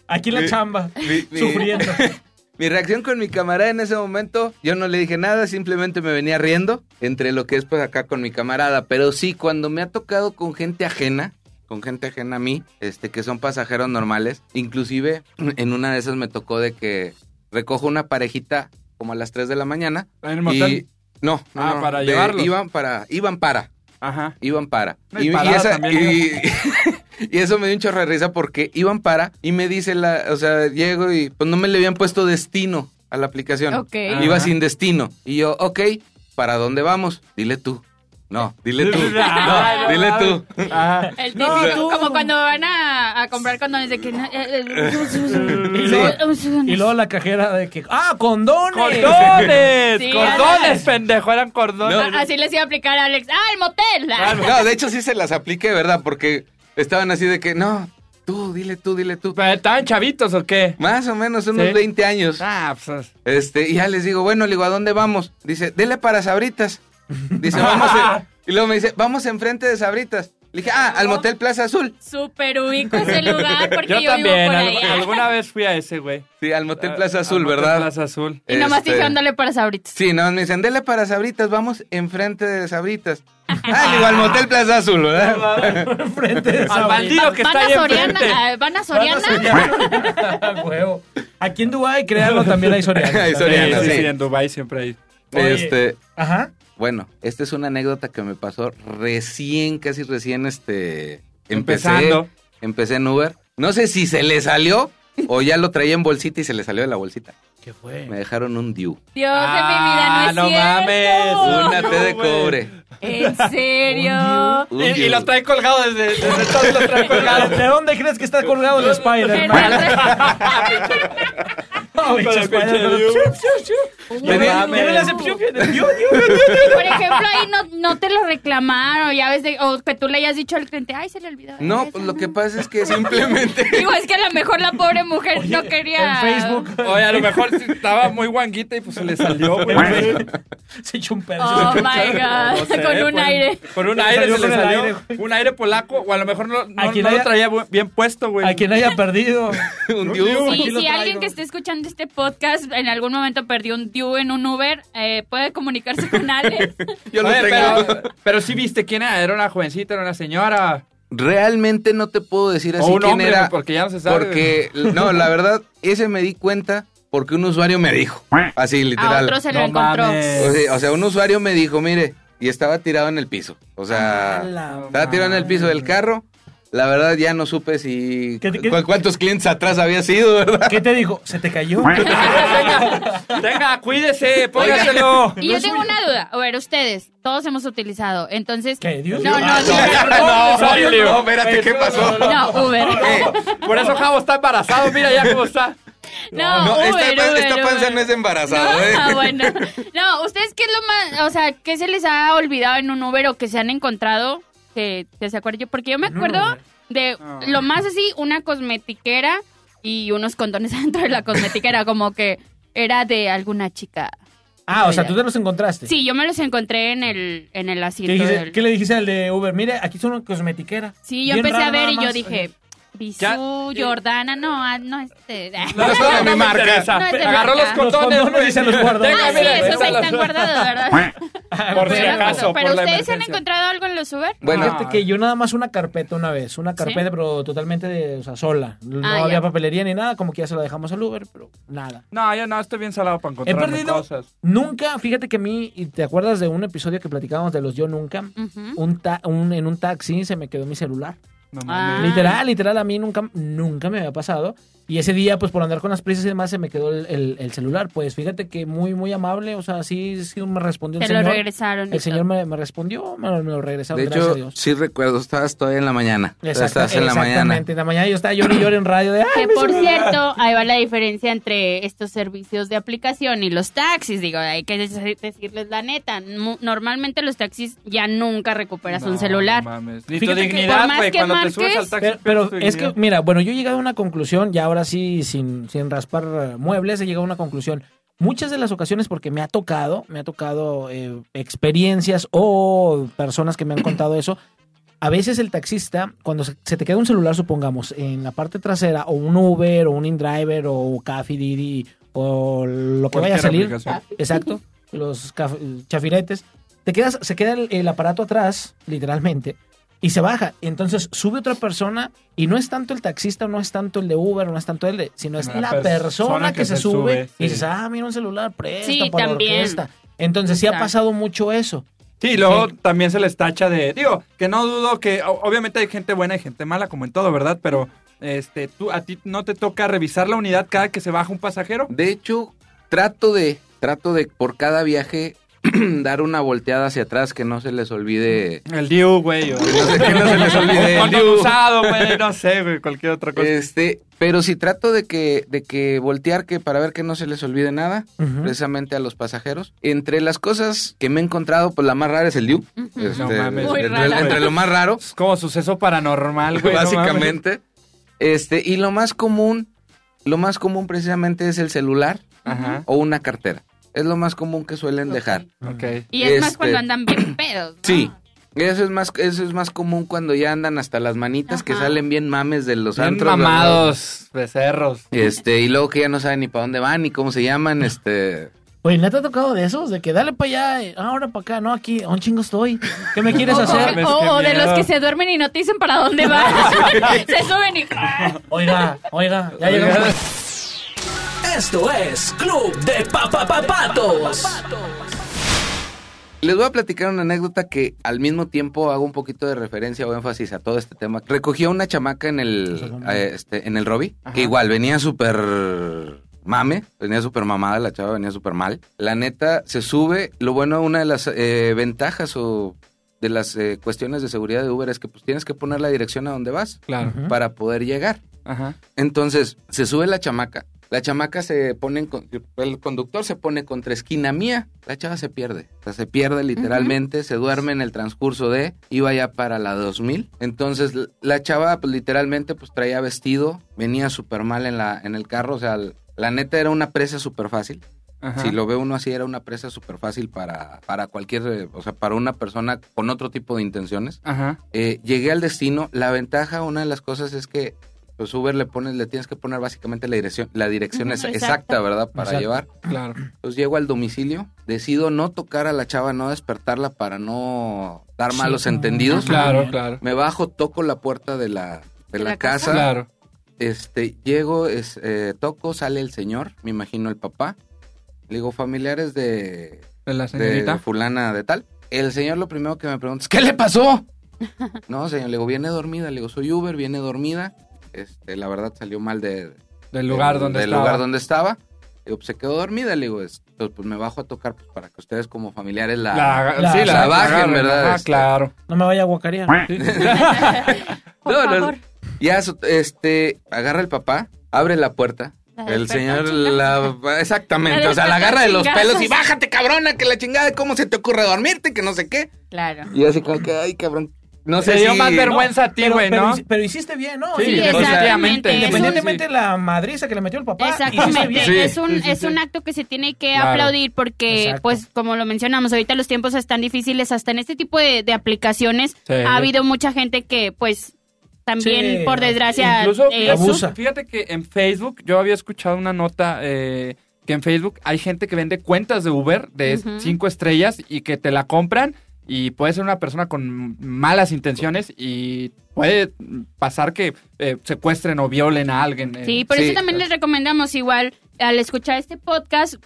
Speaker 3: aquí en la chamba,
Speaker 6: mi- mi-
Speaker 3: sufriendo.
Speaker 6: *laughs* Mi reacción con mi camarada en ese momento, yo no le dije nada, simplemente me venía riendo entre lo que es pues acá con mi camarada. Pero sí, cuando me ha tocado con gente ajena, con gente ajena a mí, este, que son pasajeros normales, inclusive en una de esas me tocó de que recojo una parejita como a las 3 de la mañana.
Speaker 5: ¿En el motel?
Speaker 6: y- no, no,
Speaker 5: Ah,
Speaker 6: no,
Speaker 5: para
Speaker 6: de-
Speaker 5: llevarlos.
Speaker 6: Iban para, iban para,
Speaker 5: Ajá.
Speaker 6: iban para.
Speaker 5: No, y parada también,
Speaker 6: y- *laughs* y eso me dio un chorro de risa porque iban para y me dice la, o sea, llego y pues no me le habían puesto destino a la aplicación.
Speaker 4: Ok.
Speaker 6: Iba
Speaker 5: Ajá.
Speaker 6: sin destino. Y yo, ok, ¿para dónde vamos? Dile tú. No, dile
Speaker 5: *laughs*
Speaker 6: tú.
Speaker 5: Ah,
Speaker 6: No, dile tú.
Speaker 5: Ajá.
Speaker 4: El típico, como cuando van a, a comprar condones de que... no- eh, eh,
Speaker 6: *laughs*
Speaker 3: Y luego, y luego la cajera de que, ¡ah, condones!
Speaker 5: ¡Cordones!
Speaker 4: Sí,
Speaker 5: ¡Cordones,
Speaker 4: Alex.
Speaker 5: pendejo! Eran
Speaker 4: a-
Speaker 5: cordones.
Speaker 4: Ah, Así les iba a aplicar a Alex. ¡Ah, el motel! Ah.
Speaker 6: No, de hecho sí se las apliqué, ¿verdad? Porque estaban así de que, no, tú, dile tú, dile tú.
Speaker 5: Pero, ¿Estaban chavitos o qué?
Speaker 6: Más o menos unos
Speaker 5: Sí.
Speaker 6: 20 años.
Speaker 5: Ah, pues.
Speaker 6: Este, y ya les digo, bueno, le digo, ¿a dónde vamos? Dice, dele para Sabritas. Dice, vamos. en- Y luego me dice, vamos enfrente de Sabritas. Le dije, ah, al Motel Plaza Azul.
Speaker 4: Súper ubico ese lugar porque yo,
Speaker 5: Yo también.
Speaker 4: vivo por Ah,
Speaker 5: al-
Speaker 4: allá.
Speaker 5: Alguna vez fui a ese, güey.
Speaker 6: Sí, al Motel
Speaker 5: Ah,
Speaker 6: Plaza
Speaker 5: al
Speaker 6: Azul,
Speaker 5: Motel
Speaker 6: ¿verdad?
Speaker 5: Plaza Azul.
Speaker 4: Y nomás
Speaker 6: Este,
Speaker 4: dije, ándale para sabritos.
Speaker 6: Sí, nomás me dicen, dele para Sabritas, vamos enfrente
Speaker 4: *laughs*
Speaker 6: de Sabritas. Ah, le digo, al Motel Plaza Azul, ¿verdad? *laughs*
Speaker 3: Frente de esa
Speaker 5: *laughs* Al bandido que
Speaker 4: Van
Speaker 5: está
Speaker 4: a
Speaker 5: ahí
Speaker 4: Soriana,
Speaker 5: enfrente.
Speaker 4: ah, van a Soriana,
Speaker 5: *laughs*
Speaker 3: Soriana, huevo. Aquí en Dubái, créanlo, también hay Soriana.
Speaker 6: Hay Soriana,
Speaker 5: sí, sí,
Speaker 6: sí.
Speaker 5: sí, en Dubai siempre hay.
Speaker 3: Oye.
Speaker 6: Este,
Speaker 3: Ajá.
Speaker 6: bueno, esta es una anécdota que me pasó recién, casi recién, este, empecé,
Speaker 5: Empezando.
Speaker 6: empecé en Uber. No sé si se le salió o ya lo traía en bolsita y se le salió de la bolsita.
Speaker 3: ¿Qué fue?
Speaker 6: Me dejaron un Diu.
Speaker 4: Dios
Speaker 5: Ah,
Speaker 4: de mi vida, no es cierto.
Speaker 5: no
Speaker 6: Una T de
Speaker 5: güey.
Speaker 6: cobre.
Speaker 4: ¿En serio?
Speaker 6: Un
Speaker 5: Y, y
Speaker 6: Diu.
Speaker 5: lo trae colgado desde, desde todo *laughs* lo
Speaker 3: *laughs*
Speaker 5: trae colgado.
Speaker 3: ¿De dónde crees que está colgado el
Speaker 4: Pero-
Speaker 3: *laughs* Spider-Man? No,
Speaker 5: Con el
Speaker 3: pinche Spider-Man.
Speaker 5: pinche Diu.
Speaker 3: Chup, chup, chup.
Speaker 5: No
Speaker 3: Ya ven-
Speaker 5: mames.
Speaker 3: ya ven, le hace chup, chup, chup, chup, chup.
Speaker 4: Por ejemplo, ahí no, no te lo reclamaron, ya ves, de- o que tú le hayas dicho al cliente, ay, se le olvidó.
Speaker 6: No,
Speaker 4: esa,
Speaker 6: pues lo
Speaker 4: ¿no?".
Speaker 6: que pasa
Speaker 5: *laughs*
Speaker 6: es que simplemente.
Speaker 4: Digo, es que a lo mejor la pobre mujer no quería...
Speaker 3: En Facebook.
Speaker 5: Oye, a lo mejor sí estaba muy guanguita y pues se le salió, güey.
Speaker 3: Se echó un pedo. *laughs*
Speaker 4: Oh, my
Speaker 5: No
Speaker 4: God,
Speaker 5: sé,
Speaker 4: con un
Speaker 5: por-
Speaker 4: aire.
Speaker 5: Con un
Speaker 3: Se le
Speaker 5: aire
Speaker 3: salió
Speaker 5: se le
Speaker 3: con el
Speaker 5: salió.
Speaker 3: aire, güey.
Speaker 5: un aire polaco, o a lo mejor no, no-
Speaker 3: A quien
Speaker 5: no
Speaker 3: haya-
Speaker 5: lo traía bu- bien puesto, güey.
Speaker 3: A quien haya perdido.
Speaker 6: un Diu.
Speaker 4: Sí,
Speaker 3: Aquí lo
Speaker 4: si
Speaker 3: traigo.
Speaker 4: alguien que esté escuchando este podcast en algún momento perdió un due en un Uber, eh, puede comunicarse con Alex.
Speaker 6: Yo lo
Speaker 5: Oye,
Speaker 6: tengo.
Speaker 5: Pero, pero sí viste quién era. Era una jovencita, era una señora.
Speaker 6: Realmente no te puedo decir así
Speaker 5: o un
Speaker 6: quién
Speaker 5: hombre,
Speaker 6: era.
Speaker 5: güey, porque ya no se sabe. *laughs*
Speaker 6: Porque, no, la verdad, ese me di cuenta porque un usuario me dijo. Así,
Speaker 4: A
Speaker 6: literal.
Speaker 4: otro se lo
Speaker 5: No
Speaker 4: encontró.
Speaker 5: mames.
Speaker 6: O sea, o sea, un usuario me dijo, mire, y estaba tirado en el piso. O sea, estaba tirado en el piso del carro. La verdad, ya no supe si.
Speaker 3: ¿Qué- qué-
Speaker 6: cu- ¿Cuántos clientes atrás había sido, verdad?
Speaker 3: ¿Qué te dijo? ¿Se te cayó?
Speaker 5: Venga, cuídese, póngaselo.
Speaker 4: Y yo tengo una duda. A ver, ustedes, todos hemos utilizado. Entonces.
Speaker 3: ¿Qué, Dios?
Speaker 4: No, no,
Speaker 6: *laughs*
Speaker 3: Ah,
Speaker 4: no.
Speaker 5: no, sorry, Leo.
Speaker 6: No, espérate, ¿qué pasó? *laughs* Eh,
Speaker 4: No, Uber.
Speaker 5: Por eso Javo está embarazado, mira ya cómo está.
Speaker 4: No,
Speaker 6: No,
Speaker 4: Uber,
Speaker 6: esta,
Speaker 4: Uber,
Speaker 6: esta panza
Speaker 4: Uber.
Speaker 6: no es de embarazado, ¿eh?
Speaker 4: No, *laughs* bueno. No, ¿ustedes qué es lo más. O sea, ¿qué se les ha olvidado en un Uber o que se han encontrado? Que, que se acuerden. Porque yo me
Speaker 3: No,
Speaker 4: acuerdo
Speaker 3: Uber.
Speaker 4: de lo más así, una cosmetiquera y unos condones *laughs* dentro de la cosmetiquera. Como que era de alguna chica.
Speaker 3: Ah, o sea, tú te los encontraste.
Speaker 4: Sí, yo me los encontré en el, en el asiento.
Speaker 3: ¿Qué, dijiste-
Speaker 4: del-
Speaker 3: qué le dijiste al de Uber? Mire, aquí son una cosmetiquera.
Speaker 4: Sí, yo
Speaker 3: Bien
Speaker 4: empecé a
Speaker 3: raro
Speaker 4: ver
Speaker 3: nada
Speaker 4: y yo
Speaker 3: más.
Speaker 4: dije,
Speaker 5: Ya,
Speaker 4: Bisú,
Speaker 5: eh,
Speaker 4: Jordana, no, ah, no, este... *laughs*
Speaker 6: No son de mi
Speaker 5: me
Speaker 6: marca.
Speaker 5: interesa.
Speaker 4: No es de
Speaker 5: Agarró
Speaker 4: marca.
Speaker 5: los condones,
Speaker 3: Los condones
Speaker 5: güey.
Speaker 3: y se los guardó.
Speaker 5: Venga,
Speaker 4: Ah, sí,
Speaker 5: mira,
Speaker 4: esos ahí
Speaker 5: véntalos.
Speaker 4: están guardados, ¿verdad?
Speaker 5: Por si
Speaker 4: Pero,
Speaker 5: acaso,
Speaker 4: pero
Speaker 5: por la
Speaker 4: ustedes han
Speaker 5: emergencia.
Speaker 4: encontrado algo en los Uber?
Speaker 6: *laughs* Bueno,
Speaker 3: Fíjate que yo nada más una carpeta una vez, una carpeta
Speaker 4: ¿Sí?
Speaker 3: pero totalmente de, o sea, sola. No
Speaker 4: Ah, ya.
Speaker 3: había papelería ni nada, como que ya se la dejamos al Uber, pero nada.
Speaker 5: No, yo no, estoy bien salado
Speaker 3: He
Speaker 5: para encontrarme
Speaker 3: perdido
Speaker 5: cosas.
Speaker 3: nunca, fíjate que a mí, y te acuerdas de un episodio que platicábamos de los yo nunca,
Speaker 4: Ujú.
Speaker 3: un ta- un- en un taxi se me quedó mi celular.
Speaker 5: No
Speaker 4: Ah.
Speaker 5: mames.
Speaker 3: Literal, literal, a mí nunca, nunca me había pasado. Y ese día, pues por andar con las prisas y demás, se me quedó el, el- el celular. Pues fíjate que muy, muy amable. O sea, sí, sí me respondió el
Speaker 4: Te lo
Speaker 3: señor.
Speaker 4: regresaron y
Speaker 3: El señor
Speaker 4: todo.
Speaker 3: me, me respondió, me, lo- me lo regresaron,
Speaker 6: De
Speaker 3: gracias a
Speaker 6: hecho,
Speaker 3: Dios.
Speaker 6: sí recuerdo, estabas todavía en la mañana.
Speaker 3: Exacta-
Speaker 6: Estás en la mañana.
Speaker 3: Exactamente. En la mañana yo estaba llorando y llorando en radio de... "Ay,
Speaker 4: Que
Speaker 3: mi
Speaker 4: por
Speaker 3: celular".
Speaker 4: cierto, ahí va la diferencia entre estos servicios de aplicación y los taxis. Digo, hay que des- decirles la neta. mu- Normalmente los taxis ya nunca recuperas un celular.
Speaker 5: No mames. Ni tu
Speaker 3: Fíjate que
Speaker 4: por
Speaker 5: dignidad,
Speaker 4: más
Speaker 5: güey.
Speaker 4: que
Speaker 5: Cuando
Speaker 4: marques-
Speaker 5: te subes al taxi,
Speaker 3: Pero,
Speaker 5: pierdes
Speaker 3: pero
Speaker 5: tu
Speaker 3: es que,
Speaker 5: dignidad.
Speaker 3: mira, bueno, yo he llegado a una conclusión, ya ahora sí, sin, sin raspar eh, muebles, he llegado a una conclusión. Muchas de las ocasiones, porque me ha tocado, me ha tocado eh, experiencias o personas que me han contado eso, a veces el taxista, cuando se, se te queda un celular, supongamos, en la parte trasera, o un Uber, o un InDriver, o Café Didi, o lo que vaya a
Speaker 5: Cualquier
Speaker 3: salir,
Speaker 4: Ah.
Speaker 5: aplicación.
Speaker 3: Exacto. Los caf- chafiretes. Te quedas, se queda el, el aparato atrás, literalmente, y se baja. Entonces sube otra persona y no es tanto el taxista, no es tanto el de Uber, no es tanto el de, sino es
Speaker 5: Sino
Speaker 3: la
Speaker 5: la
Speaker 3: persona,
Speaker 5: persona
Speaker 3: que, se, sube, y dices, ah, mira un celular, presta
Speaker 4: Sí,
Speaker 3: para la
Speaker 4: también.
Speaker 3: orquesta. Entonces sí ha
Speaker 4: Exacto.
Speaker 3: pasado mucho eso.
Speaker 5: Sí, y luego
Speaker 3: Sí.
Speaker 5: también se les tacha de. Digo, que no dudo que. o- Obviamente hay gente buena y gente mala, como en todo, ¿verdad? Pero. Este, tú, a ti no te toca revisar la unidad cada que se baja un pasajero.
Speaker 6: De hecho, trato de, trato de por cada viaje *clears throat* dar una volteada hacia atrás que no se les olvide.
Speaker 5: El DIU, güey. o- *laughs*
Speaker 6: No sé, *laughs* que no se les olvide el
Speaker 5: Un condón
Speaker 6: DIU.
Speaker 5: usado, güey. No sé, güey. Cualquier otra cosa.
Speaker 6: Este, pero sí trato de que, de que voltear que para ver que no se les olvide nada,
Speaker 3: Ujú.
Speaker 6: precisamente a los pasajeros. Entre las cosas que me he encontrado, pues la más rara es el DIU. Este,
Speaker 5: No mames.
Speaker 4: Muy
Speaker 6: entre,
Speaker 4: rara.
Speaker 6: entre lo más raro.
Speaker 5: Es como suceso paranormal, *laughs* güey. no mames.
Speaker 6: básicamente. este, y lo más común, lo más común precisamente es el celular
Speaker 5: Ajá.
Speaker 6: o una cartera. Es lo más común que suelen dejar.
Speaker 4: Ah.
Speaker 5: Ok.
Speaker 4: Y es más
Speaker 6: Este-
Speaker 4: cuando andan bien *coughs* pedos. ¿no?
Speaker 6: Sí. Eso es más, eso es más común cuando ya andan hasta las manitas que
Speaker 4: Ajá.
Speaker 6: salen bien mames de los
Speaker 5: Bien
Speaker 6: antros,
Speaker 5: mamados, becerros.
Speaker 6: ¿verdad? Este, y luego que ya no saben ni para dónde van ni cómo se llaman, este.
Speaker 3: Oye, ¿no te ha tocado de esos? De que dale para allá, eh, ahora para acá, no aquí, a un chingo estoy. ¿Qué
Speaker 4: *laughs*
Speaker 3: me quieres
Speaker 4: O,
Speaker 3: hacer?
Speaker 5: mames,
Speaker 4: o- o
Speaker 5: qué
Speaker 4: de los
Speaker 5: miedo.
Speaker 4: que se duermen y no te dicen para dónde vas. *laughs* se suben y.
Speaker 3: Oiga, oiga, ya llegamos.
Speaker 5: *laughs*
Speaker 1: Esto es Club de Papapapatos.
Speaker 6: Les voy a platicar una anécdota que al mismo tiempo hago un poquito de referencia o énfasis a todo este tema. Recogí a una chamaca en el, eh, este, en el Robbie, que igual venía súper mame, venía súper mamada, la chava venía súper mal. La neta se sube. Lo bueno, una de las eh, ventajas o de las eh, cuestiones de seguridad de Uber es que pues, tienes que poner la dirección a donde vas
Speaker 5: Claro.
Speaker 3: Ujú.
Speaker 6: para poder llegar.
Speaker 5: Ajá.
Speaker 6: Entonces, se sube la chamaca. La chamaca se pone, en con- el conductor se pone contra esquina mía. La chava se pierde. O sea, se pierde literalmente, se duerme en el transcurso de, iba ya para la 2000. Entonces, l- la chava pues, literalmente pues traía vestido, venía súper mal en, la, en el carro. O sea, l- la neta era una presa súper fácil.
Speaker 5: Ajá.
Speaker 6: Si lo ve uno así, era una presa súper fácil para, para cualquier, eh, o sea, para una persona con otro tipo de intenciones.
Speaker 5: Ajá.
Speaker 6: Eh, llegué al destino. La ventaja, una de las cosas es que pues Uber le pones, le tienes que poner básicamente la dirección, la dirección
Speaker 4: Ujú,
Speaker 6: es
Speaker 4: exacto.
Speaker 6: exacta, ¿verdad? Para
Speaker 3: Exacto.
Speaker 6: llevar.
Speaker 5: Claro.
Speaker 6: Entonces llego al domicilio, decido no tocar a la chava, no despertarla para no dar
Speaker 3: Sí,
Speaker 6: malos
Speaker 3: claro.
Speaker 6: entendidos.
Speaker 5: Claro, claro.
Speaker 6: Me bajo, toco la puerta de la, de la,
Speaker 4: la casa?
Speaker 6: casa.
Speaker 5: Claro.
Speaker 6: Este, llego, es, eh, toco, sale el señor, me imagino el papá. Le digo, familiares de,
Speaker 5: De la
Speaker 6: de
Speaker 5: señorita.
Speaker 6: fulana de tal. El señor lo primero que me pregunta es, ¿qué le pasó? No, señor, le digo, viene dormida. Le digo, soy Uber, viene dormida. Este, la verdad salió mal de,
Speaker 5: del lugar
Speaker 6: del-
Speaker 5: donde
Speaker 6: del
Speaker 5: estaba.
Speaker 6: lugar donde estaba. Le digo, pues se quedó dormida. Le digo, es- entonces pues me bajo a tocar pues, para que ustedes como familiares la...
Speaker 5: La,
Speaker 3: La-
Speaker 5: sí, la,
Speaker 3: la
Speaker 6: bajen,
Speaker 5: agarren,
Speaker 6: ¿verdad?
Speaker 5: ajá,
Speaker 6: Este.
Speaker 5: claro.
Speaker 3: No me vaya a guacarear.
Speaker 4: Por
Speaker 6: No, no,
Speaker 4: favor.
Speaker 6: Ya, su- este, agarra el papá, abre la puerta.
Speaker 4: La
Speaker 6: El
Speaker 4: despertó,
Speaker 6: señor
Speaker 4: chinga.
Speaker 6: la... Exactamente,
Speaker 4: La
Speaker 6: o sea, la
Speaker 4: despertó,
Speaker 6: agarra de los
Speaker 4: chingazos.
Speaker 6: pelos y bájate, cabrona, que la chingada, ¿cómo se te ocurre dormirte? Que no sé qué.
Speaker 4: Claro.
Speaker 6: Y así como que, ay, cabrón. No sé
Speaker 5: Te dio
Speaker 6: si-
Speaker 5: más vergüenza a ti,
Speaker 3: Pero,
Speaker 5: güey,
Speaker 3: pero
Speaker 5: ¿no?
Speaker 3: hici- pero hiciste bien, ¿no?
Speaker 4: Sí,
Speaker 6: o sea,
Speaker 4: exactamente.
Speaker 5: eso
Speaker 3: Independientemente
Speaker 5: sí.
Speaker 3: de la madriza que le metió el papá. hiciste
Speaker 4: Exactamente,
Speaker 3: bien.
Speaker 6: Sí,
Speaker 4: es, un,
Speaker 5: sí, sí,
Speaker 4: es
Speaker 5: sí.
Speaker 4: un acto que se tiene que
Speaker 5: Claro.
Speaker 4: aplaudir porque,
Speaker 3: Exacto.
Speaker 4: pues, como lo mencionamos, ahorita los tiempos están difíciles, hasta en este tipo de, de aplicaciones
Speaker 5: Sí.
Speaker 4: ha habido mucha gente que, pues, también,
Speaker 3: Sí.
Speaker 4: por desgracia,
Speaker 5: Incluso
Speaker 4: eh,
Speaker 5: fíjate-
Speaker 3: abusa.
Speaker 5: Fíjate que en Facebook, yo había escuchado una nota eh, que en Facebook hay gente que vende cuentas de Uber de
Speaker 4: Ujú.
Speaker 5: cinco estrellas y que te la compran y puede ser una persona con malas intenciones y puede pasar que eh, secuestren o violen a alguien. eh.
Speaker 4: Sí, por
Speaker 6: Sí.
Speaker 4: eso también les recomendamos igual al escuchar este podcast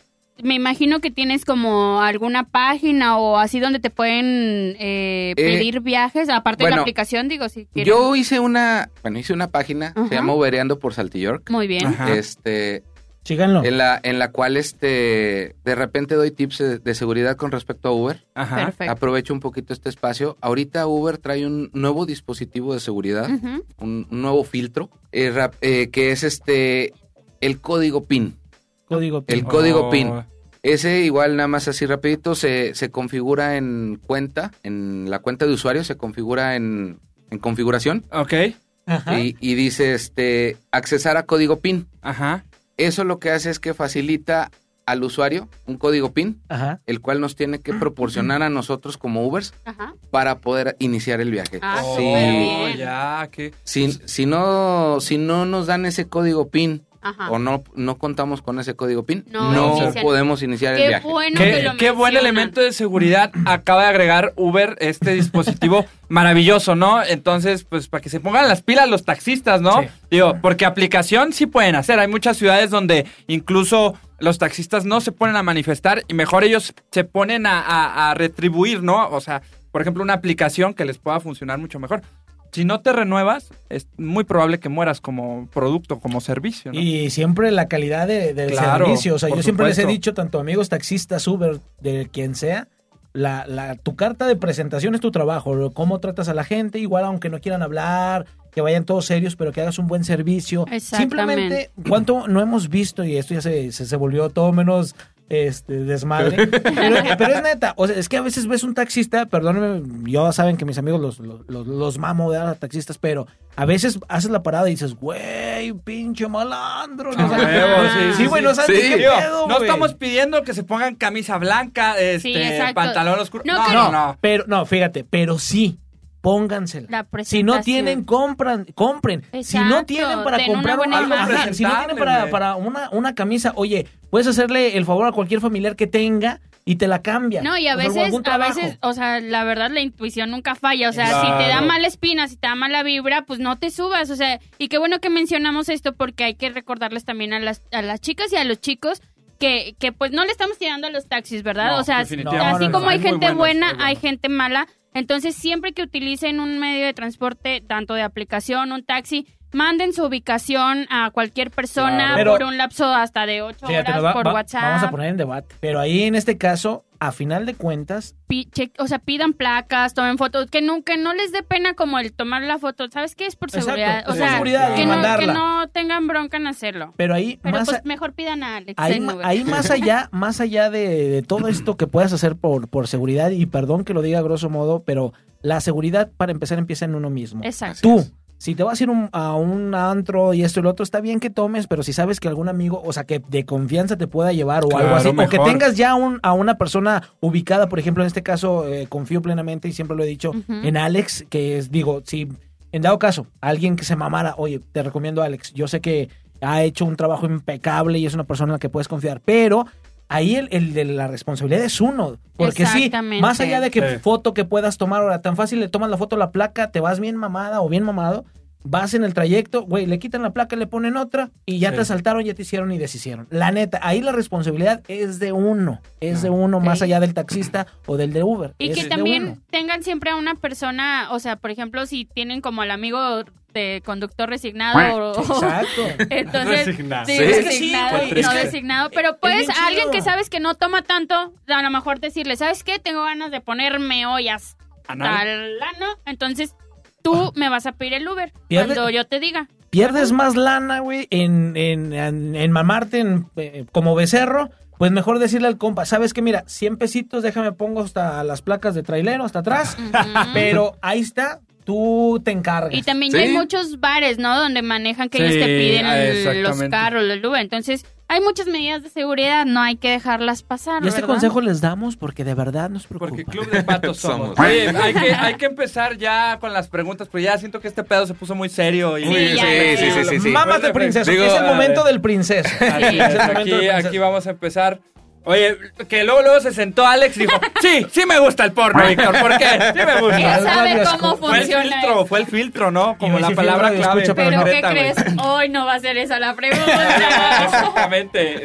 Speaker 4: me imagino que tienes como alguna página o así donde te pueden eh, pedir viajes, aparte de
Speaker 6: bueno,
Speaker 4: la aplicación, digo, si quieres.
Speaker 6: Yo hice una, bueno, hice una página,
Speaker 4: Ajá.
Speaker 6: se llama Ubereando por Saltillo.
Speaker 4: Muy bien.
Speaker 5: Ajá.
Speaker 6: Este,
Speaker 3: Síganlo.
Speaker 6: en la, en la cual este de repente doy tips de, de seguridad con respecto a Uber.
Speaker 5: Ajá.
Speaker 4: Perfecto.
Speaker 6: Aprovecho un poquito este espacio. Ahorita Uber trae un nuevo dispositivo de seguridad,
Speaker 4: Ujú.
Speaker 6: un, un nuevo filtro, eh, rap- eh, que es este el código PIN.
Speaker 3: Código
Speaker 6: El
Speaker 3: PIN.
Speaker 6: código
Speaker 5: Oh,
Speaker 6: PIN. Ese igual nada más así rapidito se, se configura en cuenta, en la cuenta de usuario se configura en, en configuración
Speaker 5: Ok.
Speaker 3: Ajá.
Speaker 6: y, y dice este accesar a código PIN.
Speaker 5: Ajá.
Speaker 6: Eso lo que hace es que facilita al usuario un código PIN,
Speaker 3: Ajá.
Speaker 6: el cual nos tiene que proporcionar a nosotros como Ubers
Speaker 4: Ajá.
Speaker 6: para poder iniciar el viaje.
Speaker 4: Ah,
Speaker 5: Oh,
Speaker 4: súper bien.
Speaker 5: ya, que.
Speaker 6: Si, si no, si no nos dan ese código PIN
Speaker 4: Ajá.
Speaker 6: o no, no contamos con ese código PIN,
Speaker 4: Ah. No
Speaker 6: no,
Speaker 4: inician.
Speaker 6: podemos iniciar el
Speaker 4: Qué
Speaker 6: viaje.
Speaker 4: bueno que
Speaker 5: Qué,
Speaker 4: lo
Speaker 5: qué buen
Speaker 4: mencionan.
Speaker 5: elemento de seguridad acaba de agregar Uber,
Speaker 4: *laughs*
Speaker 5: este dispositivo maravilloso, ¿no? Entonces, pues para que se pongan las pilas los taxistas, ¿no?
Speaker 3: Sí.
Speaker 5: Digo, porque aplicación sí pueden hacer. Hay muchas ciudades donde incluso los taxistas no se ponen a manifestar y mejor ellos se ponen a, a- a retribuir, ¿no? O sea, por ejemplo, una aplicación que les pueda funcionar mucho mejor. Si no te renuevas, es muy probable que mueras como producto, como servicio, ¿no?
Speaker 3: Y siempre la calidad de, del
Speaker 5: Claro,
Speaker 3: servicio. O sea, yo
Speaker 5: por
Speaker 3: siempre les he
Speaker 5: supuesto.
Speaker 3: dicho, tanto amigos taxistas, Uber, de quien sea, la, la, tu carta de presentación es tu trabajo. lo- Cómo tratas a la gente, igual aunque no quieran hablar, que vayan todos serios, pero que hagas un buen servicio.
Speaker 4: Exactamente.
Speaker 3: Simplemente, ¿cuánto no hemos visto? Y esto ya se, se, se volvió todo menos este, desmadre. Pero, pero es neta, o sea, es que a veces ves un taxista, perdónenme, yo saben que mis amigos los, los, los, los mamo de a taxistas, pero a veces haces la parada y dices, güey, pinche malandro.
Speaker 5: Ah,
Speaker 3: No sabes-
Speaker 5: huevo,
Speaker 4: sí,
Speaker 3: sí,
Speaker 5: sí,
Speaker 3: güey,
Speaker 5: sí.
Speaker 3: no sabes
Speaker 6: Sí.
Speaker 3: ni qué
Speaker 5: Digo,
Speaker 3: pedo,
Speaker 5: no
Speaker 3: güey.
Speaker 5: estamos pidiendo que se pongan camisa blanca, este,
Speaker 4: exacto.
Speaker 5: pantalón oscuro.
Speaker 4: No,
Speaker 5: No,
Speaker 4: que-
Speaker 5: no,
Speaker 3: No,
Speaker 5: no.
Speaker 3: pero no, fíjate, pero sí, póngansela.
Speaker 4: La
Speaker 3: si no
Speaker 4: presentación.
Speaker 3: tienen, compran, compren. si
Speaker 4: Exacto,
Speaker 3: no tienen para
Speaker 4: den una
Speaker 3: comprar
Speaker 4: buena
Speaker 3: algo,
Speaker 4: imagen.
Speaker 3: ajá, si no tienen para,
Speaker 5: Presentable,
Speaker 3: para una, una camisa, oye, puedes hacerle el favor a cualquier familiar que tenga y te la cambia.
Speaker 4: No, y a
Speaker 3: O sea, o
Speaker 4: veces,
Speaker 3: Pues, algún
Speaker 4: a
Speaker 3: trabajo.
Speaker 4: veces, o sea, la verdad la intuición nunca falla. O sea, si te da
Speaker 5: Claro.
Speaker 4: mala espina, si te da mala vibra, pues no te subas. O sea, y qué bueno que mencionamos esto porque hay que recordarles también a las, a las chicas y a los chicos que, que pues no le estamos tirando a los taxis, ¿verdad?
Speaker 5: No,
Speaker 4: o sea, así
Speaker 3: No,
Speaker 5: definitivamente.
Speaker 3: no, no,
Speaker 4: como hay
Speaker 5: muy
Speaker 4: gente
Speaker 5: buenos,
Speaker 4: buena,
Speaker 5: muy buenos.
Speaker 4: hay gente mala. Entonces, siempre que utilicen un medio de transporte, tanto de aplicación, un taxi, manden su ubicación a cualquier persona
Speaker 3: Claro.
Speaker 4: por
Speaker 3: Pero-
Speaker 4: un lapso hasta de ocho
Speaker 3: Fíjate,
Speaker 4: horas
Speaker 3: nos va-
Speaker 4: por
Speaker 3: va-
Speaker 4: WhatsApp.
Speaker 3: Vamos a poner en debate. Pero ahí en este caso, a final de cuentas,
Speaker 4: pi- che- o sea, pidan placas, tomen fotos, que no, que no les dé pena como el tomar la foto, ¿sabes qué? Es por
Speaker 3: Exacto,
Speaker 4: seguridad,
Speaker 3: es por
Speaker 4: o sea,
Speaker 3: seguridad,
Speaker 4: que,
Speaker 3: y
Speaker 4: no, que
Speaker 3: mandarla.
Speaker 4: no tengan bronca en hacerlo.
Speaker 3: pero ahí
Speaker 4: Pero
Speaker 3: más
Speaker 4: pues
Speaker 3: a-
Speaker 4: mejor pidan a Alex.
Speaker 3: Ahí,
Speaker 4: en
Speaker 3: ma-
Speaker 4: Uber.
Speaker 3: ahí más allá, *laughs* más allá de, de todo esto que puedas hacer por, por seguridad, y perdón que lo diga a grosso modo, pero la seguridad para empezar empieza en uno mismo.
Speaker 4: Exacto.
Speaker 3: Tú, si te vas a ir un- a un antro y esto y lo otro, está bien que tomes, pero si sabes que algún amigo, o sea, que de confianza te pueda llevar o algo
Speaker 5: Claro,
Speaker 3: así, o que
Speaker 5: mejor.
Speaker 3: tengas ya un- a una persona ubicada, por ejemplo, en este caso, eh, confío plenamente y siempre lo he dicho
Speaker 4: Ujú.
Speaker 3: en Alex, que es, digo, si en dado caso, alguien que se mamara, oye, te recomiendo a Alex, yo sé que ha hecho un trabajo impecable y es una persona en la que puedes confiar, pero ahí el, el de la responsabilidad es uno, porque sí,
Speaker 4: Exactamente.
Speaker 3: más allá de que
Speaker 5: Sí.
Speaker 3: foto que puedas tomar, ahora tan fácil le tomas la foto, a la placa, te vas bien mamada o bien mamado, vas en el trayecto, güey, le quitan la placa, le ponen otra y ya
Speaker 5: Sí.
Speaker 3: te asaltaron, ya te hicieron y deshicieron. La neta, ahí la responsabilidad es de uno, es de uno
Speaker 4: Ah. Ok.
Speaker 3: más allá del taxista o del de Uber.
Speaker 4: Y
Speaker 3: es
Speaker 4: que
Speaker 3: de uno.
Speaker 4: *laughs* también tengan siempre a una persona, o sea, por ejemplo, si tienen como al amigo de conductor resignado *laughs* o,
Speaker 3: Exacto.
Speaker 4: Entonces,
Speaker 5: Resignado.
Speaker 4: sí,
Speaker 6: Sí.
Speaker 4: resignado
Speaker 6: Es que
Speaker 3: sí,
Speaker 4: y
Speaker 5: güey.
Speaker 4: no
Speaker 5: Es que-
Speaker 4: designado, pero
Speaker 3: es
Speaker 4: puedes
Speaker 3: bien
Speaker 4: a alguien
Speaker 3: chido.
Speaker 4: que sabes que no toma tanto, a lo mejor decirle, ¿sabes qué? Tengo ganas de ponerme hoy hasta
Speaker 5: Anal.
Speaker 4: el ano, entonces tú me vas a pedir el Uber
Speaker 3: Pierde-
Speaker 4: cuando yo te diga.
Speaker 3: Pierdes más lana, güey, en, en, en- en mamarte en, eh, como becerro. Pues mejor decirle al compa, ¿sabes qué? Mira, 100 pesitos, déjame pongo hasta las placas de trailero, hasta atrás.
Speaker 4: Ujú.
Speaker 3: Pero ahí está, tú te encargas.
Speaker 4: Y también ya
Speaker 6: Sí.
Speaker 4: hay muchos bares, ¿no? Donde manejan que ellos
Speaker 5: Sí,
Speaker 4: te piden
Speaker 5: ah,
Speaker 4: el- los
Speaker 5: exactamente.
Speaker 4: carros, los Uber. Entonces, hay muchas medidas de seguridad, no hay que dejarlas pasar.
Speaker 3: Y este
Speaker 4: ¿verdad?
Speaker 3: consejo les damos porque de verdad nos preocupa.
Speaker 5: Porque Club
Speaker 4: *laughs*
Speaker 5: de Patos somos.
Speaker 6: Somos.
Speaker 5: Oye, hay que, hay que empezar ya con las preguntas, pero ya siento que este pedo se puso muy serio. Y
Speaker 4: Sí, Sí, ya, sí, sí, sí,
Speaker 6: sí, sí.
Speaker 3: Mamas de princesa.
Speaker 6: Digo,
Speaker 3: es el
Speaker 5: a
Speaker 3: momento
Speaker 5: ver.
Speaker 3: del princeso.
Speaker 5: Así es,
Speaker 3: *laughs*
Speaker 4: este
Speaker 3: Es el momento
Speaker 5: aquí,
Speaker 3: del princeso.
Speaker 5: aquí vamos a empezar. Oye, que luego, luego se sentó Alex y dijo, sí, sí me gusta el porno, Víctor, ¿por qué? Sí me
Speaker 4: ¿Quién
Speaker 3: Al
Speaker 5: gusta.
Speaker 4: sabe
Speaker 3: radio
Speaker 4: cómo
Speaker 3: escu-
Speaker 5: Fue el
Speaker 4: funciona
Speaker 5: filtro,
Speaker 4: eso?
Speaker 5: fue el filtro, ¿no? Como
Speaker 3: Y
Speaker 5: la
Speaker 3: sí,
Speaker 5: palabra
Speaker 3: sí,
Speaker 5: clave.
Speaker 3: escucha, pero
Speaker 4: Pero
Speaker 3: no.
Speaker 4: ¿qué
Speaker 5: Neta, güey.
Speaker 4: crees? Hoy no va a ser esa la
Speaker 5: *laughs*
Speaker 4: pregunta.
Speaker 5: Exactamente. exactamente.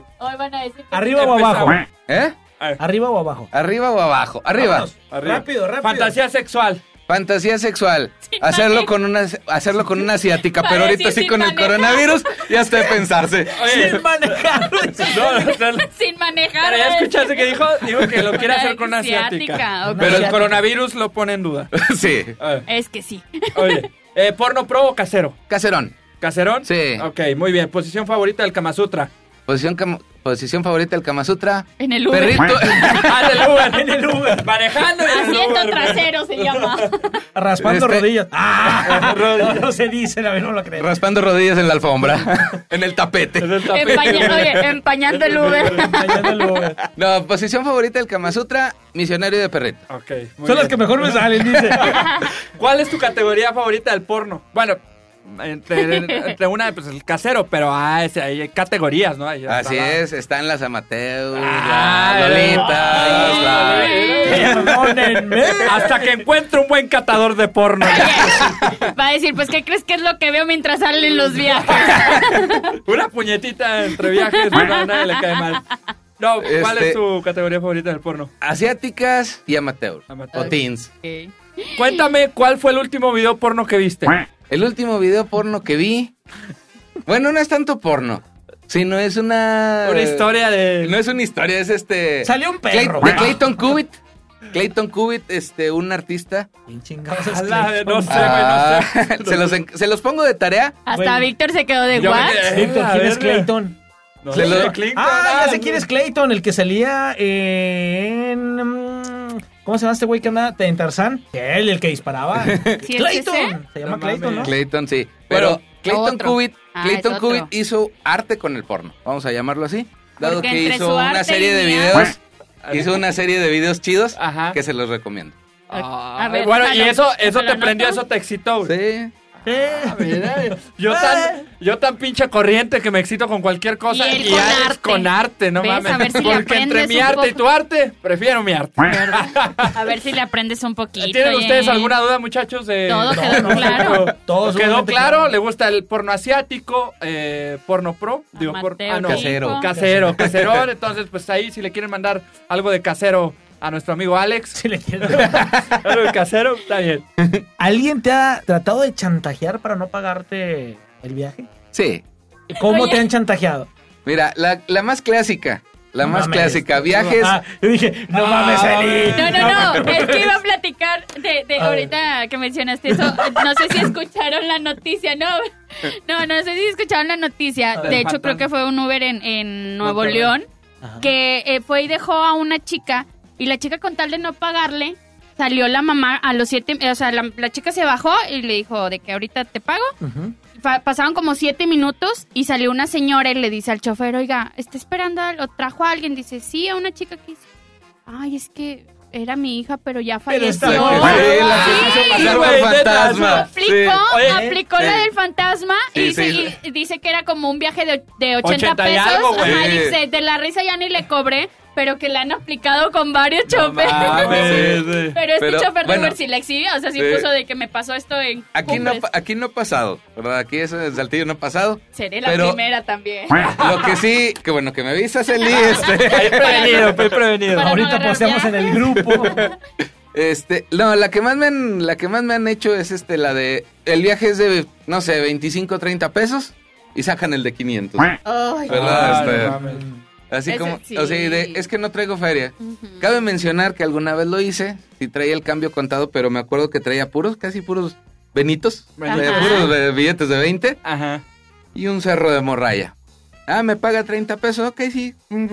Speaker 6: Ok.
Speaker 4: Hoy van a decir... que-
Speaker 3: ¿Arriba o abajo?
Speaker 5: Empezamos.
Speaker 6: ¿Eh?
Speaker 3: ¿Arriba o abajo?
Speaker 6: ¿Arriba o abajo? Arriba.
Speaker 3: Vámonos.
Speaker 5: Arriba.
Speaker 3: Rápido, rápido.
Speaker 5: Fantasía sexual.
Speaker 6: Fantasía sexual. *laughs* hacerlo con una hacerlo con una asiática, pero
Speaker 4: Parecía
Speaker 6: ahorita sí
Speaker 4: sin
Speaker 6: con el
Speaker 4: manejar.
Speaker 6: coronavirus ya está de pensarse.
Speaker 5: Oye,
Speaker 3: Sin manejar.
Speaker 5: *laughs* no, no, no.
Speaker 4: Sin manejar.
Speaker 5: Pero ya
Speaker 4: güey.
Speaker 5: escuchaste que dijo, dijo que lo quiere hacer con una
Speaker 4: Asiática,
Speaker 5: asiática.
Speaker 4: ok.
Speaker 5: Pero el
Speaker 3: Asiática.
Speaker 5: coronavirus lo pone en duda.
Speaker 6: *laughs* sí.
Speaker 5: Ah,
Speaker 4: Es que sí.
Speaker 5: *laughs*
Speaker 4: *laughs*
Speaker 5: Oye, eh, porno pro o casero.
Speaker 6: Caserón.
Speaker 5: ¿Caserón?
Speaker 6: Sí.
Speaker 5: Ok, muy bien. Posición favorita del Kama Sutra.
Speaker 6: Posición cam- posición favorita del Kama Sutra.
Speaker 4: En el Uber.
Speaker 5: *laughs* *laughs*
Speaker 6: Perrito. *laughs*
Speaker 5: Ah, del Uber. En el Uber. Manejando en el Uber,
Speaker 4: Asiento
Speaker 5: güey.
Speaker 4: trasero se llama.
Speaker 3: Raspando
Speaker 6: Este-
Speaker 3: rodillas. ¡Ah! No, no se dice, la verdad no lo creo.
Speaker 6: raspando rodillas en
Speaker 5: *laughs*
Speaker 6: la alfombra, en el tapete.
Speaker 5: En el tapete.
Speaker 4: Empaña- oye, empañando el Uber.
Speaker 6: No, posición favorita del Kama Sutra, misionario de perrito.
Speaker 5: Ok. muy
Speaker 3: Son las
Speaker 5: bien.
Speaker 3: que mejor me salen, dice.
Speaker 5: *laughs* ¿Cuál es tu categoría favorita del porno? Bueno, entre, entre una, pues el casero, pero ah, ese, ahí hay categorías, ¿no? Ahí está
Speaker 6: Así
Speaker 5: la-
Speaker 6: es, están las amateurs,
Speaker 5: Ah,
Speaker 6: las
Speaker 5: eh.
Speaker 6: lolitas, la-
Speaker 3: Perdónenme.
Speaker 5: Hasta que encuentre un buen catador de porno.
Speaker 4: Va a decir, pues, ¿qué crees que es lo que veo mientras salen los
Speaker 5: *laughs*
Speaker 4: viajes?
Speaker 5: una puñetita entre viajes, no, a nadie le cae mal. No, ¿cuál
Speaker 6: Este-
Speaker 5: es tu categoría favorita del porno?
Speaker 6: asiáticas y amateur.
Speaker 5: Amateur.
Speaker 6: O teens.
Speaker 4: Ok.
Speaker 5: Cuéntame cuál fue el último video porno que viste.
Speaker 6: El último video porno que vi, bueno, no es tanto porno, sino es una...
Speaker 3: Eh,
Speaker 5: Una historia de.
Speaker 6: No es una historia, es este...
Speaker 3: Salió un perro.
Speaker 6: de Clayton Cubitt. Clayton Cubitt, este, un artista.
Speaker 3: Bien chingados es
Speaker 5: Ala,
Speaker 3: Clayton. *laughs*
Speaker 5: no sé,
Speaker 6: Ah,
Speaker 5: güey, no sé.
Speaker 6: se, los, en- se los pongo de tarea.
Speaker 4: Hasta
Speaker 3: Güey.
Speaker 4: Víctor se quedó de
Speaker 5: Yo
Speaker 4: what?
Speaker 5: me-
Speaker 3: Víctor,
Speaker 5: A
Speaker 3: ¿quién
Speaker 5: ver,
Speaker 3: es Clayton?
Speaker 5: No,
Speaker 6: Se lo-
Speaker 5: Clinton,
Speaker 3: Ah, ya sé
Speaker 5: no.
Speaker 3: quién es Clayton, el que salía en... mm, ¿Cómo se llama este güey que anda? ¿En Tarzán? Él, el que *laughs* disparaba.
Speaker 4: ese?
Speaker 3: Clayton. Se
Speaker 5: No
Speaker 3: llama Clayton, ¿no?
Speaker 5: mames.
Speaker 6: Clayton, sí. Pero
Speaker 5: Bueno,
Speaker 6: Clayton
Speaker 4: otro.
Speaker 6: Cubitt,
Speaker 4: Ah,
Speaker 6: Clayton
Speaker 4: es otro.
Speaker 6: Cubitt hizo arte con el porno. Vamos a llamarlo así. Dado
Speaker 4: Porque
Speaker 6: que
Speaker 4: entre
Speaker 6: hizo
Speaker 4: su
Speaker 6: una
Speaker 4: arte
Speaker 6: serie
Speaker 4: y
Speaker 6: de
Speaker 4: mi
Speaker 6: videos. *laughs* Hizo una serie de videos chidos
Speaker 5: Ajá.
Speaker 6: que se los recomiendo.
Speaker 5: Ah,
Speaker 4: A ver,
Speaker 5: bueno, y
Speaker 4: jalo.
Speaker 5: eso, eso
Speaker 4: ¿Se
Speaker 5: te
Speaker 4: lo
Speaker 5: prendió,
Speaker 4: anoto?
Speaker 5: eso te excitó. güey.
Speaker 6: Sí.
Speaker 5: Ah, mira, Yo tan, yo tan pinche corriente que me excito con cualquier cosa
Speaker 4: Y él
Speaker 5: y,
Speaker 4: con
Speaker 5: Alex
Speaker 4: arte.
Speaker 5: con arte, no
Speaker 4: ¿Ves?
Speaker 5: mames.
Speaker 4: A ver si le
Speaker 5: Porque entre
Speaker 4: aprendes
Speaker 5: mi
Speaker 4: un
Speaker 5: arte y
Speaker 4: poco.
Speaker 5: tu arte, prefiero mi arte.
Speaker 4: A ver si le aprendes un poquito.
Speaker 5: ¿Tienen
Speaker 4: oye.
Speaker 5: ustedes alguna duda, muchachos? De...
Speaker 4: pues, Todo quedó
Speaker 3: no,
Speaker 4: claro.
Speaker 3: no. Todo
Speaker 5: quedó
Speaker 3: sumamente
Speaker 5: claro,
Speaker 3: claro.
Speaker 5: le gusta el porno asiático, eh, porno pro, digo, por,
Speaker 4: Amateur,
Speaker 5: ah, no,
Speaker 6: Casero.
Speaker 4: rico.
Speaker 5: casero, caserón. Entonces, pues ahí, si le quieren mandar algo de casero a nuestro amigo Alex,
Speaker 3: Si le quieres.
Speaker 5: *laughs* algo de casero, está bien.
Speaker 3: ¿Alguien te ha tratado de chantajear para no pagarte el viaje?
Speaker 6: Sí.
Speaker 3: ¿Cómo
Speaker 4: Oye.
Speaker 3: te han chantajeado?
Speaker 6: Mira, la, la más clásica. La
Speaker 3: No
Speaker 6: más
Speaker 3: mames.
Speaker 6: clásica. Viajes.
Speaker 3: Ah, yo dije, no mames, Eli.
Speaker 4: No, no, no. Es que iba a platicar de, de
Speaker 3: A ver.
Speaker 4: ahorita que mencionaste eso. No sé si escucharon la noticia, no. No, no sé si escucharon la noticia.
Speaker 5: ver,
Speaker 4: De hecho,
Speaker 5: faltan.
Speaker 4: creo que fue un Uber en, en Nuevo
Speaker 5: Monterrey.
Speaker 4: León
Speaker 3: Ajá.
Speaker 4: que eh, fue y dejó a una chica y la chica con tal de no pagarle salió la mamá a los siete, eh, o sea, la, la chica se bajó y le dijo de que ahorita te pago.
Speaker 3: Ujú.
Speaker 4: Fa- pasaron como siete minutos y salió una señora y le dice al chofer, oiga, está esperando, al- o trajo a alguien. Dice, sí, a una chica que dice, ay, es que era mi hija, pero ya falleció.
Speaker 3: está bien.
Speaker 6: Sí, la que se hizo
Speaker 4: Sí.
Speaker 6: pasar por
Speaker 5: güey, neta,
Speaker 6: fantasma. Sí.
Speaker 4: Aplicó,
Speaker 5: Oye,
Speaker 4: aplicó la
Speaker 6: sí.
Speaker 4: del fantasma y,
Speaker 6: Sí,
Speaker 4: dice,
Speaker 6: sí.
Speaker 4: y dice que era como un viaje de, de 80,
Speaker 5: 80 y
Speaker 4: pesos.
Speaker 5: algo, güey.
Speaker 4: Ajá, y
Speaker 6: Sí.
Speaker 4: dice, de la risa ya ni le cobré, pero que la han aplicado con varios choferes.
Speaker 5: mames, güey.
Speaker 4: pero este
Speaker 6: Pero,
Speaker 4: chofer
Speaker 6: bueno.
Speaker 4: de Uber sí la exhibió, o sea, sí
Speaker 6: Sí.
Speaker 4: puso de que me pasó esto en
Speaker 6: Aquí no,
Speaker 4: cumbres.
Speaker 6: pa- aquí no ha pasado, ¿verdad? Aquí eso en Saltillo no ha pasado.
Speaker 4: Seré la
Speaker 6: pero-
Speaker 4: primera también.
Speaker 6: Lo que sí, que bueno, que me
Speaker 4: *laughs*
Speaker 6: avisas, Eli, este.
Speaker 5: *laughs* Ahí prevenido, ahí prevenido.
Speaker 4: Para- no
Speaker 3: Ahorita
Speaker 4: agarrar
Speaker 3: posteamos en el
Speaker 4: viajes.
Speaker 3: grupo.
Speaker 6: Este, no, la que más me han, la que más me han hecho es este, la de, el viaje es de, no sé, 25, 30 pesos y sacan el de 500. ¿Verdad?
Speaker 5: Ah,
Speaker 6: Este,
Speaker 5: no mames.
Speaker 6: así
Speaker 4: Ese
Speaker 6: como,
Speaker 4: sí.
Speaker 6: o sea, y de, es que no traigo feria. Cabe mencionar que alguna vez lo hice, sí traía el cambio contado, pero me acuerdo que traía puros, casi puros benitos,
Speaker 5: Ajá.
Speaker 6: traía puros eh, billetes de 20
Speaker 5: Ajá.
Speaker 6: y un cerro de morralla. Ah, me paga 30 pesos, ok, sí.
Speaker 5: Pura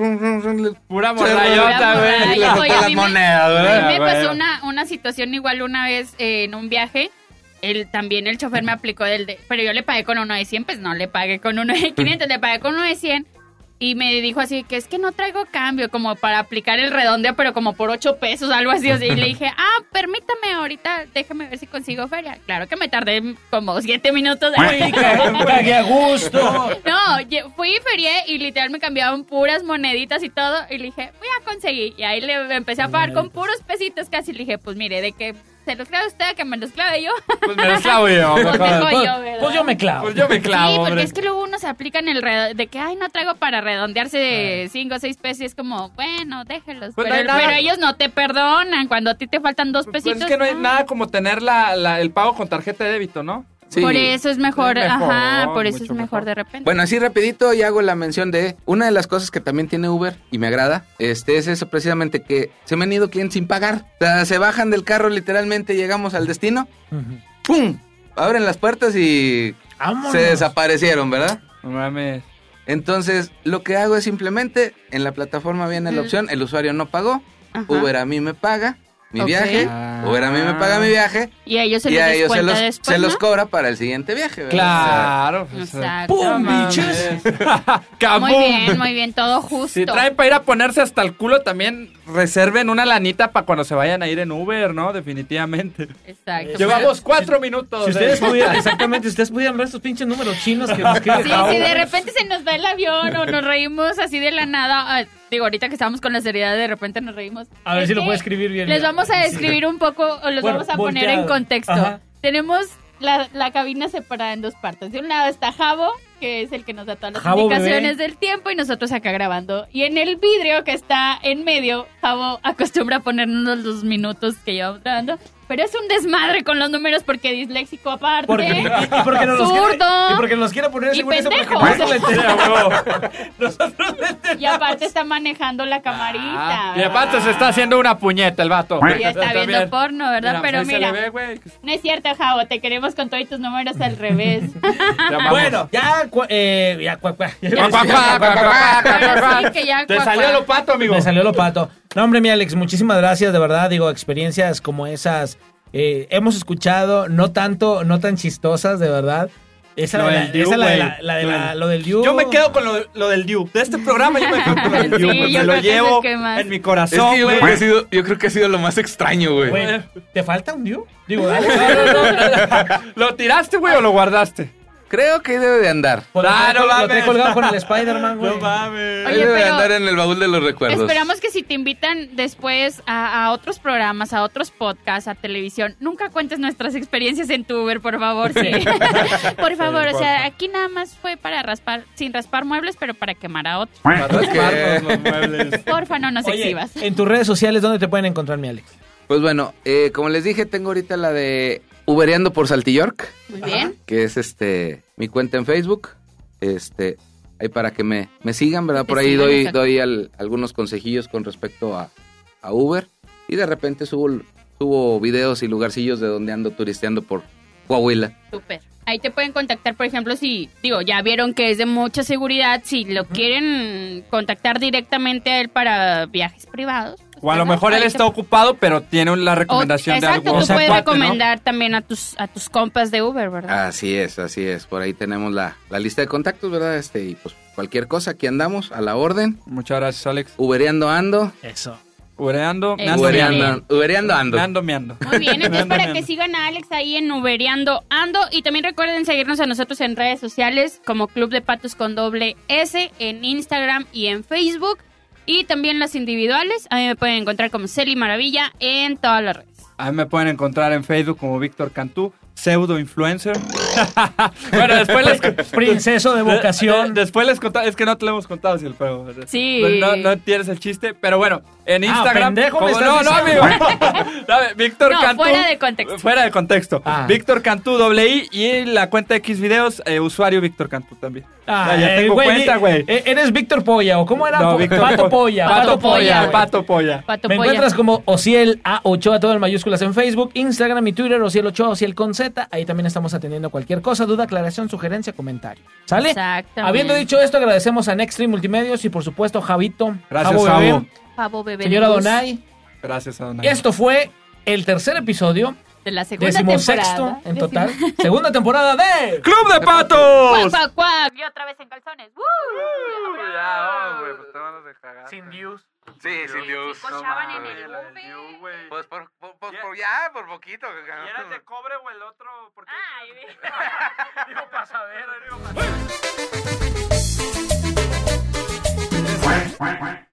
Speaker 4: Pura pues,
Speaker 5: morrayota, güey.
Speaker 4: morralla.
Speaker 6: Le
Speaker 4: oye,
Speaker 6: solté
Speaker 4: a
Speaker 6: las
Speaker 4: mí me-
Speaker 6: monedas,
Speaker 4: A
Speaker 6: ¿verdad?
Speaker 4: mí me
Speaker 5: bueno.
Speaker 4: pasó una, una situación igual una vez eh, en un viaje. El, también el chofer me aplicó del de... Pero yo le pagué con uno de 100, pues no le pagué con uno de 500, le pagué con uno de 100. Y me dijo así que es que no traigo cambio, como para aplicar el redondeo, pero como por ocho pesos, algo así. O sea, y le dije, *laughs* ah, permítame ahorita, déjame ver si consigo feria. Claro que me tardé como siete minutos.
Speaker 3: *laughs* Uy, qué- qué a gusto!
Speaker 4: No, ye- fui y ferié y literal me cambiaban puras moneditas y todo. Y le dije, voy a conseguir. Y ahí le empecé a pagar con puros pesitos casi. Le dije, pues mire, de que se los clave usted, a que me los clave yo.
Speaker 5: Pues me los clavo yo.
Speaker 4: Pues
Speaker 5: mejor.
Speaker 4: mejor.
Speaker 3: Pues,
Speaker 4: yo, ¿verdad?
Speaker 3: pues yo me clavo.
Speaker 5: Pues yo me *laughs* clavo,
Speaker 4: sí, porque
Speaker 5: hombre.
Speaker 4: es que luego uno se aplica en el redo- de que, ay, no traigo para redondearse de cinco o seis pesos. Y es como, bueno, déjelos.
Speaker 5: Pues
Speaker 4: pero,
Speaker 5: no hay nada.
Speaker 4: pero ellos no te perdonan. Cuando a ti te faltan dos
Speaker 5: Pues
Speaker 4: pesitos.
Speaker 5: es que no hay
Speaker 4: ah,
Speaker 5: nada como tener la, la- el pago con tarjeta de débito, ¿no?
Speaker 6: Sí.
Speaker 4: Por eso es mejor,
Speaker 5: Es mejor,
Speaker 4: ajá, por eso es
Speaker 5: mucho
Speaker 4: mejor,
Speaker 5: mejor.
Speaker 4: de repente.
Speaker 6: Bueno, así rapidito y hago la mención de una de las cosas que también tiene Uber y me agrada, este es eso precisamente que se me han ido clientes sin pagar. O sea, se bajan del carro literalmente, llegamos al destino,
Speaker 3: Ujú.
Speaker 6: ¡pum! Abren las puertas y
Speaker 3: Vámonos.
Speaker 6: se desaparecieron, ¿verdad?
Speaker 5: No mames.
Speaker 6: Entonces, lo que hago es simplemente, en la plataforma viene la
Speaker 4: Mm.
Speaker 6: opción, el usuario no pagó,
Speaker 4: Ajá.
Speaker 6: Uber a mí me paga mi
Speaker 4: Ok.
Speaker 6: viaje,
Speaker 3: Ah.
Speaker 6: Uber a mí me paga mi viaje
Speaker 4: y a ellos se
Speaker 6: y
Speaker 4: les
Speaker 6: a ellos se
Speaker 4: descuenta
Speaker 6: los,
Speaker 4: después,
Speaker 6: se los
Speaker 4: ¿no?
Speaker 6: cobra para el siguiente viaje, ¿verdad?
Speaker 5: Claro. pues,
Speaker 4: Exacto.
Speaker 3: ¡Pum,
Speaker 5: no
Speaker 3: bichos!
Speaker 5: *laughs* mames. ¡Cabum!
Speaker 4: Muy bien, muy bien, todo justo.
Speaker 5: Si traen para ir a ponerse hasta el culo, también reserven una lanita para cuando se vayan a ir en Uber, ¿no? Definitivamente.
Speaker 4: Exacto.
Speaker 5: Llevamos cuatro minutos.
Speaker 3: Si
Speaker 5: de- *laughs*
Speaker 3: ustedes pudieran, exactamente, si ustedes pudieran ver estos pinches números chinos que nos
Speaker 4: Sí, si de repente se nos va el avión o nos reímos así de la nada. ah, digo, ahorita que estamos con la seriedad, de repente nos reímos.
Speaker 3: A ver
Speaker 4: Es
Speaker 3: si lo
Speaker 4: que
Speaker 3: puedo escribir bien.
Speaker 4: Les vamos a describir un poco, o los
Speaker 3: Bueno,
Speaker 4: vamos a poner
Speaker 3: volteado.
Speaker 4: en contexto.
Speaker 3: Ajá.
Speaker 4: Tenemos la, la cabina separada en dos partes. De un lado está Javo, que es el que nos da todas las
Speaker 3: Javo, bebé.
Speaker 4: indicaciones del tiempo, y nosotros acá grabando. Y en el vidrio que está en medio, Javo acostumbra a ponernos los minutos que llevamos grabando. Pero es un desmadre con los números porque disléxico aparte.
Speaker 3: Porque, y porque nos los
Speaker 4: Zurdo.
Speaker 3: quiere, y porque nos quiere poner
Speaker 4: Y
Speaker 3: según eso para que
Speaker 4: pendejo.
Speaker 3: no se
Speaker 4: *laughs*
Speaker 3: le entere, a huevo. Nosotros le enteramos.
Speaker 4: Y aparte está manejando la camarita.
Speaker 5: Ah, y aparte se está haciendo una puñeta el vato.
Speaker 4: Y ya está viendo
Speaker 5: bien.
Speaker 4: porno, ¿verdad?
Speaker 5: Mira,
Speaker 4: Pero
Speaker 5: ahí se le
Speaker 4: mira,
Speaker 5: ve, güey.
Speaker 4: no es cierto, Javo, te queremos con todos tus números al
Speaker 5: *laughs*
Speaker 4: revés.
Speaker 5: Ya vamos. *laughs*
Speaker 3: Bueno, ya, cua- eh, ya, cua- cua- ya-
Speaker 5: Cuac, cuac, cuac, cuac, cuac, cuac, cuac,
Speaker 4: Ahora sí
Speaker 5: cuac.
Speaker 4: que ya,
Speaker 5: Te
Speaker 4: cuac,
Speaker 5: salió
Speaker 4: cuac.
Speaker 5: lo pato, amigo.
Speaker 3: Me salió lo pato. No, hombre, mi Alex, muchísimas gracias, de verdad. Digo, experiencias como esas eh, hemos escuchado, no tanto, no tan chistosas, de verdad. Esa,
Speaker 5: Lo
Speaker 3: de la,
Speaker 5: del Diu,
Speaker 3: esa la de la,
Speaker 5: güey.
Speaker 3: la de la-
Speaker 5: Lo-
Speaker 3: lo del Diu.
Speaker 5: Yo me quedo con lo, lo del Diu. De este programa yo me quedo con lo del
Speaker 3: *laughs*
Speaker 4: Sí,
Speaker 5: Diu.
Speaker 4: yo
Speaker 5: güey. me
Speaker 4: creo
Speaker 5: lo
Speaker 4: que es el
Speaker 5: llevo
Speaker 4: que más.
Speaker 5: en mi
Speaker 6: Es
Speaker 5: corazón,
Speaker 6: que yo,
Speaker 5: güey.
Speaker 6: creo que ha sido, yo creo que ha sido lo más extraño, güey.
Speaker 3: Güey, ¿Te falta un Diu?
Speaker 5: *laughs*
Speaker 3: Digo, dale.
Speaker 5: ¿Lo tiraste, güey, o lo guardaste?
Speaker 6: Creo que ahí debe de andar.
Speaker 3: Pues lo
Speaker 5: Ah,
Speaker 3: trae- lo
Speaker 5: no
Speaker 3: trae
Speaker 5: mames.
Speaker 3: colgado con
Speaker 5: *laughs*
Speaker 3: el Spider-Man, güey.
Speaker 5: No
Speaker 4: Oye,
Speaker 5: mames.
Speaker 6: Ahí debe de
Speaker 4: pero-
Speaker 6: andar en el baúl de los recuerdos.
Speaker 4: Esperamos que si te invitan después a, a otros programas, a otros podcasts, a televisión, nunca cuentes nuestras experiencias en tu Uber, por favor. sí. *laughs* por favor, o sea, aquí nada más fue para raspar, sin raspar muebles, pero para quemar a otros.
Speaker 5: Rasparnos los muebles.
Speaker 4: Porfa, no nos
Speaker 3: Oye,
Speaker 4: exhibas.
Speaker 5: eh,
Speaker 3: en tus redes sociales, ¿dónde te pueden encontrar, mi
Speaker 5: *laughs*
Speaker 3: Alex?
Speaker 6: Pues bueno, eh, como les dije, tengo ahorita la de Ubereando por Saltillo
Speaker 4: Muy bien.
Speaker 6: que es este mi cuenta en Facebook. Este, ahí para que me, me sigan, ¿verdad?
Speaker 4: Que te
Speaker 6: Por ahí
Speaker 4: sigan,
Speaker 6: doy,
Speaker 4: exacto.
Speaker 6: doy al- algunos consejillos con respecto a, a Uber. Y de repente subo, subo videos y lugarcillos de donde ando turisteando por Coahuila.
Speaker 4: Súper. Ahí te pueden contactar, por ejemplo, si, digo, ya vieron que es de mucha seguridad, si lo quieren contactar directamente a él para viajes privados. pues,
Speaker 5: O a lo
Speaker 4: ¿verdad?
Speaker 5: mejor
Speaker 4: Ahí
Speaker 5: él
Speaker 4: te-
Speaker 5: está ocupado, pero tiene la
Speaker 4: O-
Speaker 5: recomendación de
Speaker 4: Oh, exacto,
Speaker 5: algo.
Speaker 4: tú
Speaker 3: O sea,
Speaker 4: puedes
Speaker 5: cuate, ¿no?
Speaker 4: recomendar también a tus, a tus compas de Uber, ¿verdad?
Speaker 6: Así es, así es. Por ahí tenemos la, la lista de contactos, ¿verdad? Este, y pues cualquier cosa, aquí andamos, a la orden.
Speaker 5: Muchas gracias, Alex.
Speaker 6: Ubereando ando.
Speaker 3: Eso.
Speaker 5: Ureando,
Speaker 4: Eh,
Speaker 5: meando,
Speaker 4: Ubereando.
Speaker 5: meando.
Speaker 6: Ubereando, ubereando ando.
Speaker 5: Meando, meando.
Speaker 4: Muy bien, entonces
Speaker 5: Meando,
Speaker 4: para que
Speaker 5: meando.
Speaker 4: sigan a Alex ahí en Ubereando Ando y también recuerden seguirnos a nosotros en redes sociales como Club de Patos con doble S en Instagram y en Facebook y también las individuales. A mí me pueden encontrar como Celi Maravilla en todas las redes.
Speaker 5: A mí me pueden encontrar en Facebook como Víctor Cantú, pseudo influencer. *laughs* bueno, después les
Speaker 3: Princeso de vocación.
Speaker 5: De- de- eh, después les contamos, es que no te lo hemos contado si el pego.
Speaker 4: Sí.
Speaker 5: No, no tienes el chiste, pero bueno, en
Speaker 3: Ah,
Speaker 5: Instagram.
Speaker 3: pendejo, me
Speaker 5: como- no,
Speaker 3: estás
Speaker 5: no, amigo. *laughs*
Speaker 3: diciendo.
Speaker 5: No, Víctor
Speaker 4: No,
Speaker 5: Cantú.
Speaker 4: fuera de contexto.
Speaker 5: Fuera de contexto.
Speaker 3: Ah.
Speaker 5: Víctor Cantú, doble I, y la cuenta X videos, eh, usuario Víctor Cantú también.
Speaker 3: Ah,
Speaker 5: ya, ya
Speaker 3: eh,
Speaker 5: tengo
Speaker 3: güey,
Speaker 5: cuenta,
Speaker 3: eh,
Speaker 5: güey.
Speaker 3: Eres Víctor Polla, ¿o cómo era?
Speaker 5: No,
Speaker 3: Po-
Speaker 5: Víctor
Speaker 3: Pato
Speaker 5: Po-
Speaker 3: Polla.
Speaker 5: Pato Polla,
Speaker 4: güey.
Speaker 5: Pato Polla.
Speaker 4: Pato
Speaker 3: Me
Speaker 4: Polla.
Speaker 3: encuentras como Ociel A. Ochoa, todo en mayúsculas en Facebook, Instagram y Twitter, Ociel Ochoa, Ociel con Z. Ahí también estamos atendiendo cualquier cosa, duda, aclaración, sugerencia, comentario. ¿Sale?
Speaker 4: Exactamente.
Speaker 3: Habiendo dicho esto, agradecemos a Nextream Multimedios y, por supuesto, Javito.
Speaker 5: Gracias,
Speaker 3: Bebé,
Speaker 5: Javo.
Speaker 4: Pavo Bebé
Speaker 3: Señora
Speaker 4: Luz.
Speaker 3: Donay.
Speaker 5: Gracias, Adonai.
Speaker 3: Esto fue el tercer episodio
Speaker 4: de la segunda
Speaker 3: Decimosexto
Speaker 4: temporada.
Speaker 3: en total. Segunda temporada de...
Speaker 5: ¡Club de
Speaker 4: Cuac,
Speaker 5: Patos!
Speaker 4: cuac, cuac. Y otra vez en calzones. ¡Woo!
Speaker 3: Sin Dios.
Speaker 6: Sí, sin Dios.
Speaker 4: Se cochaban en el buffet.
Speaker 6: Pues por, por- por- por- ya, por poquito.
Speaker 5: cobre o el otro? Porque...
Speaker 4: Ay, ve.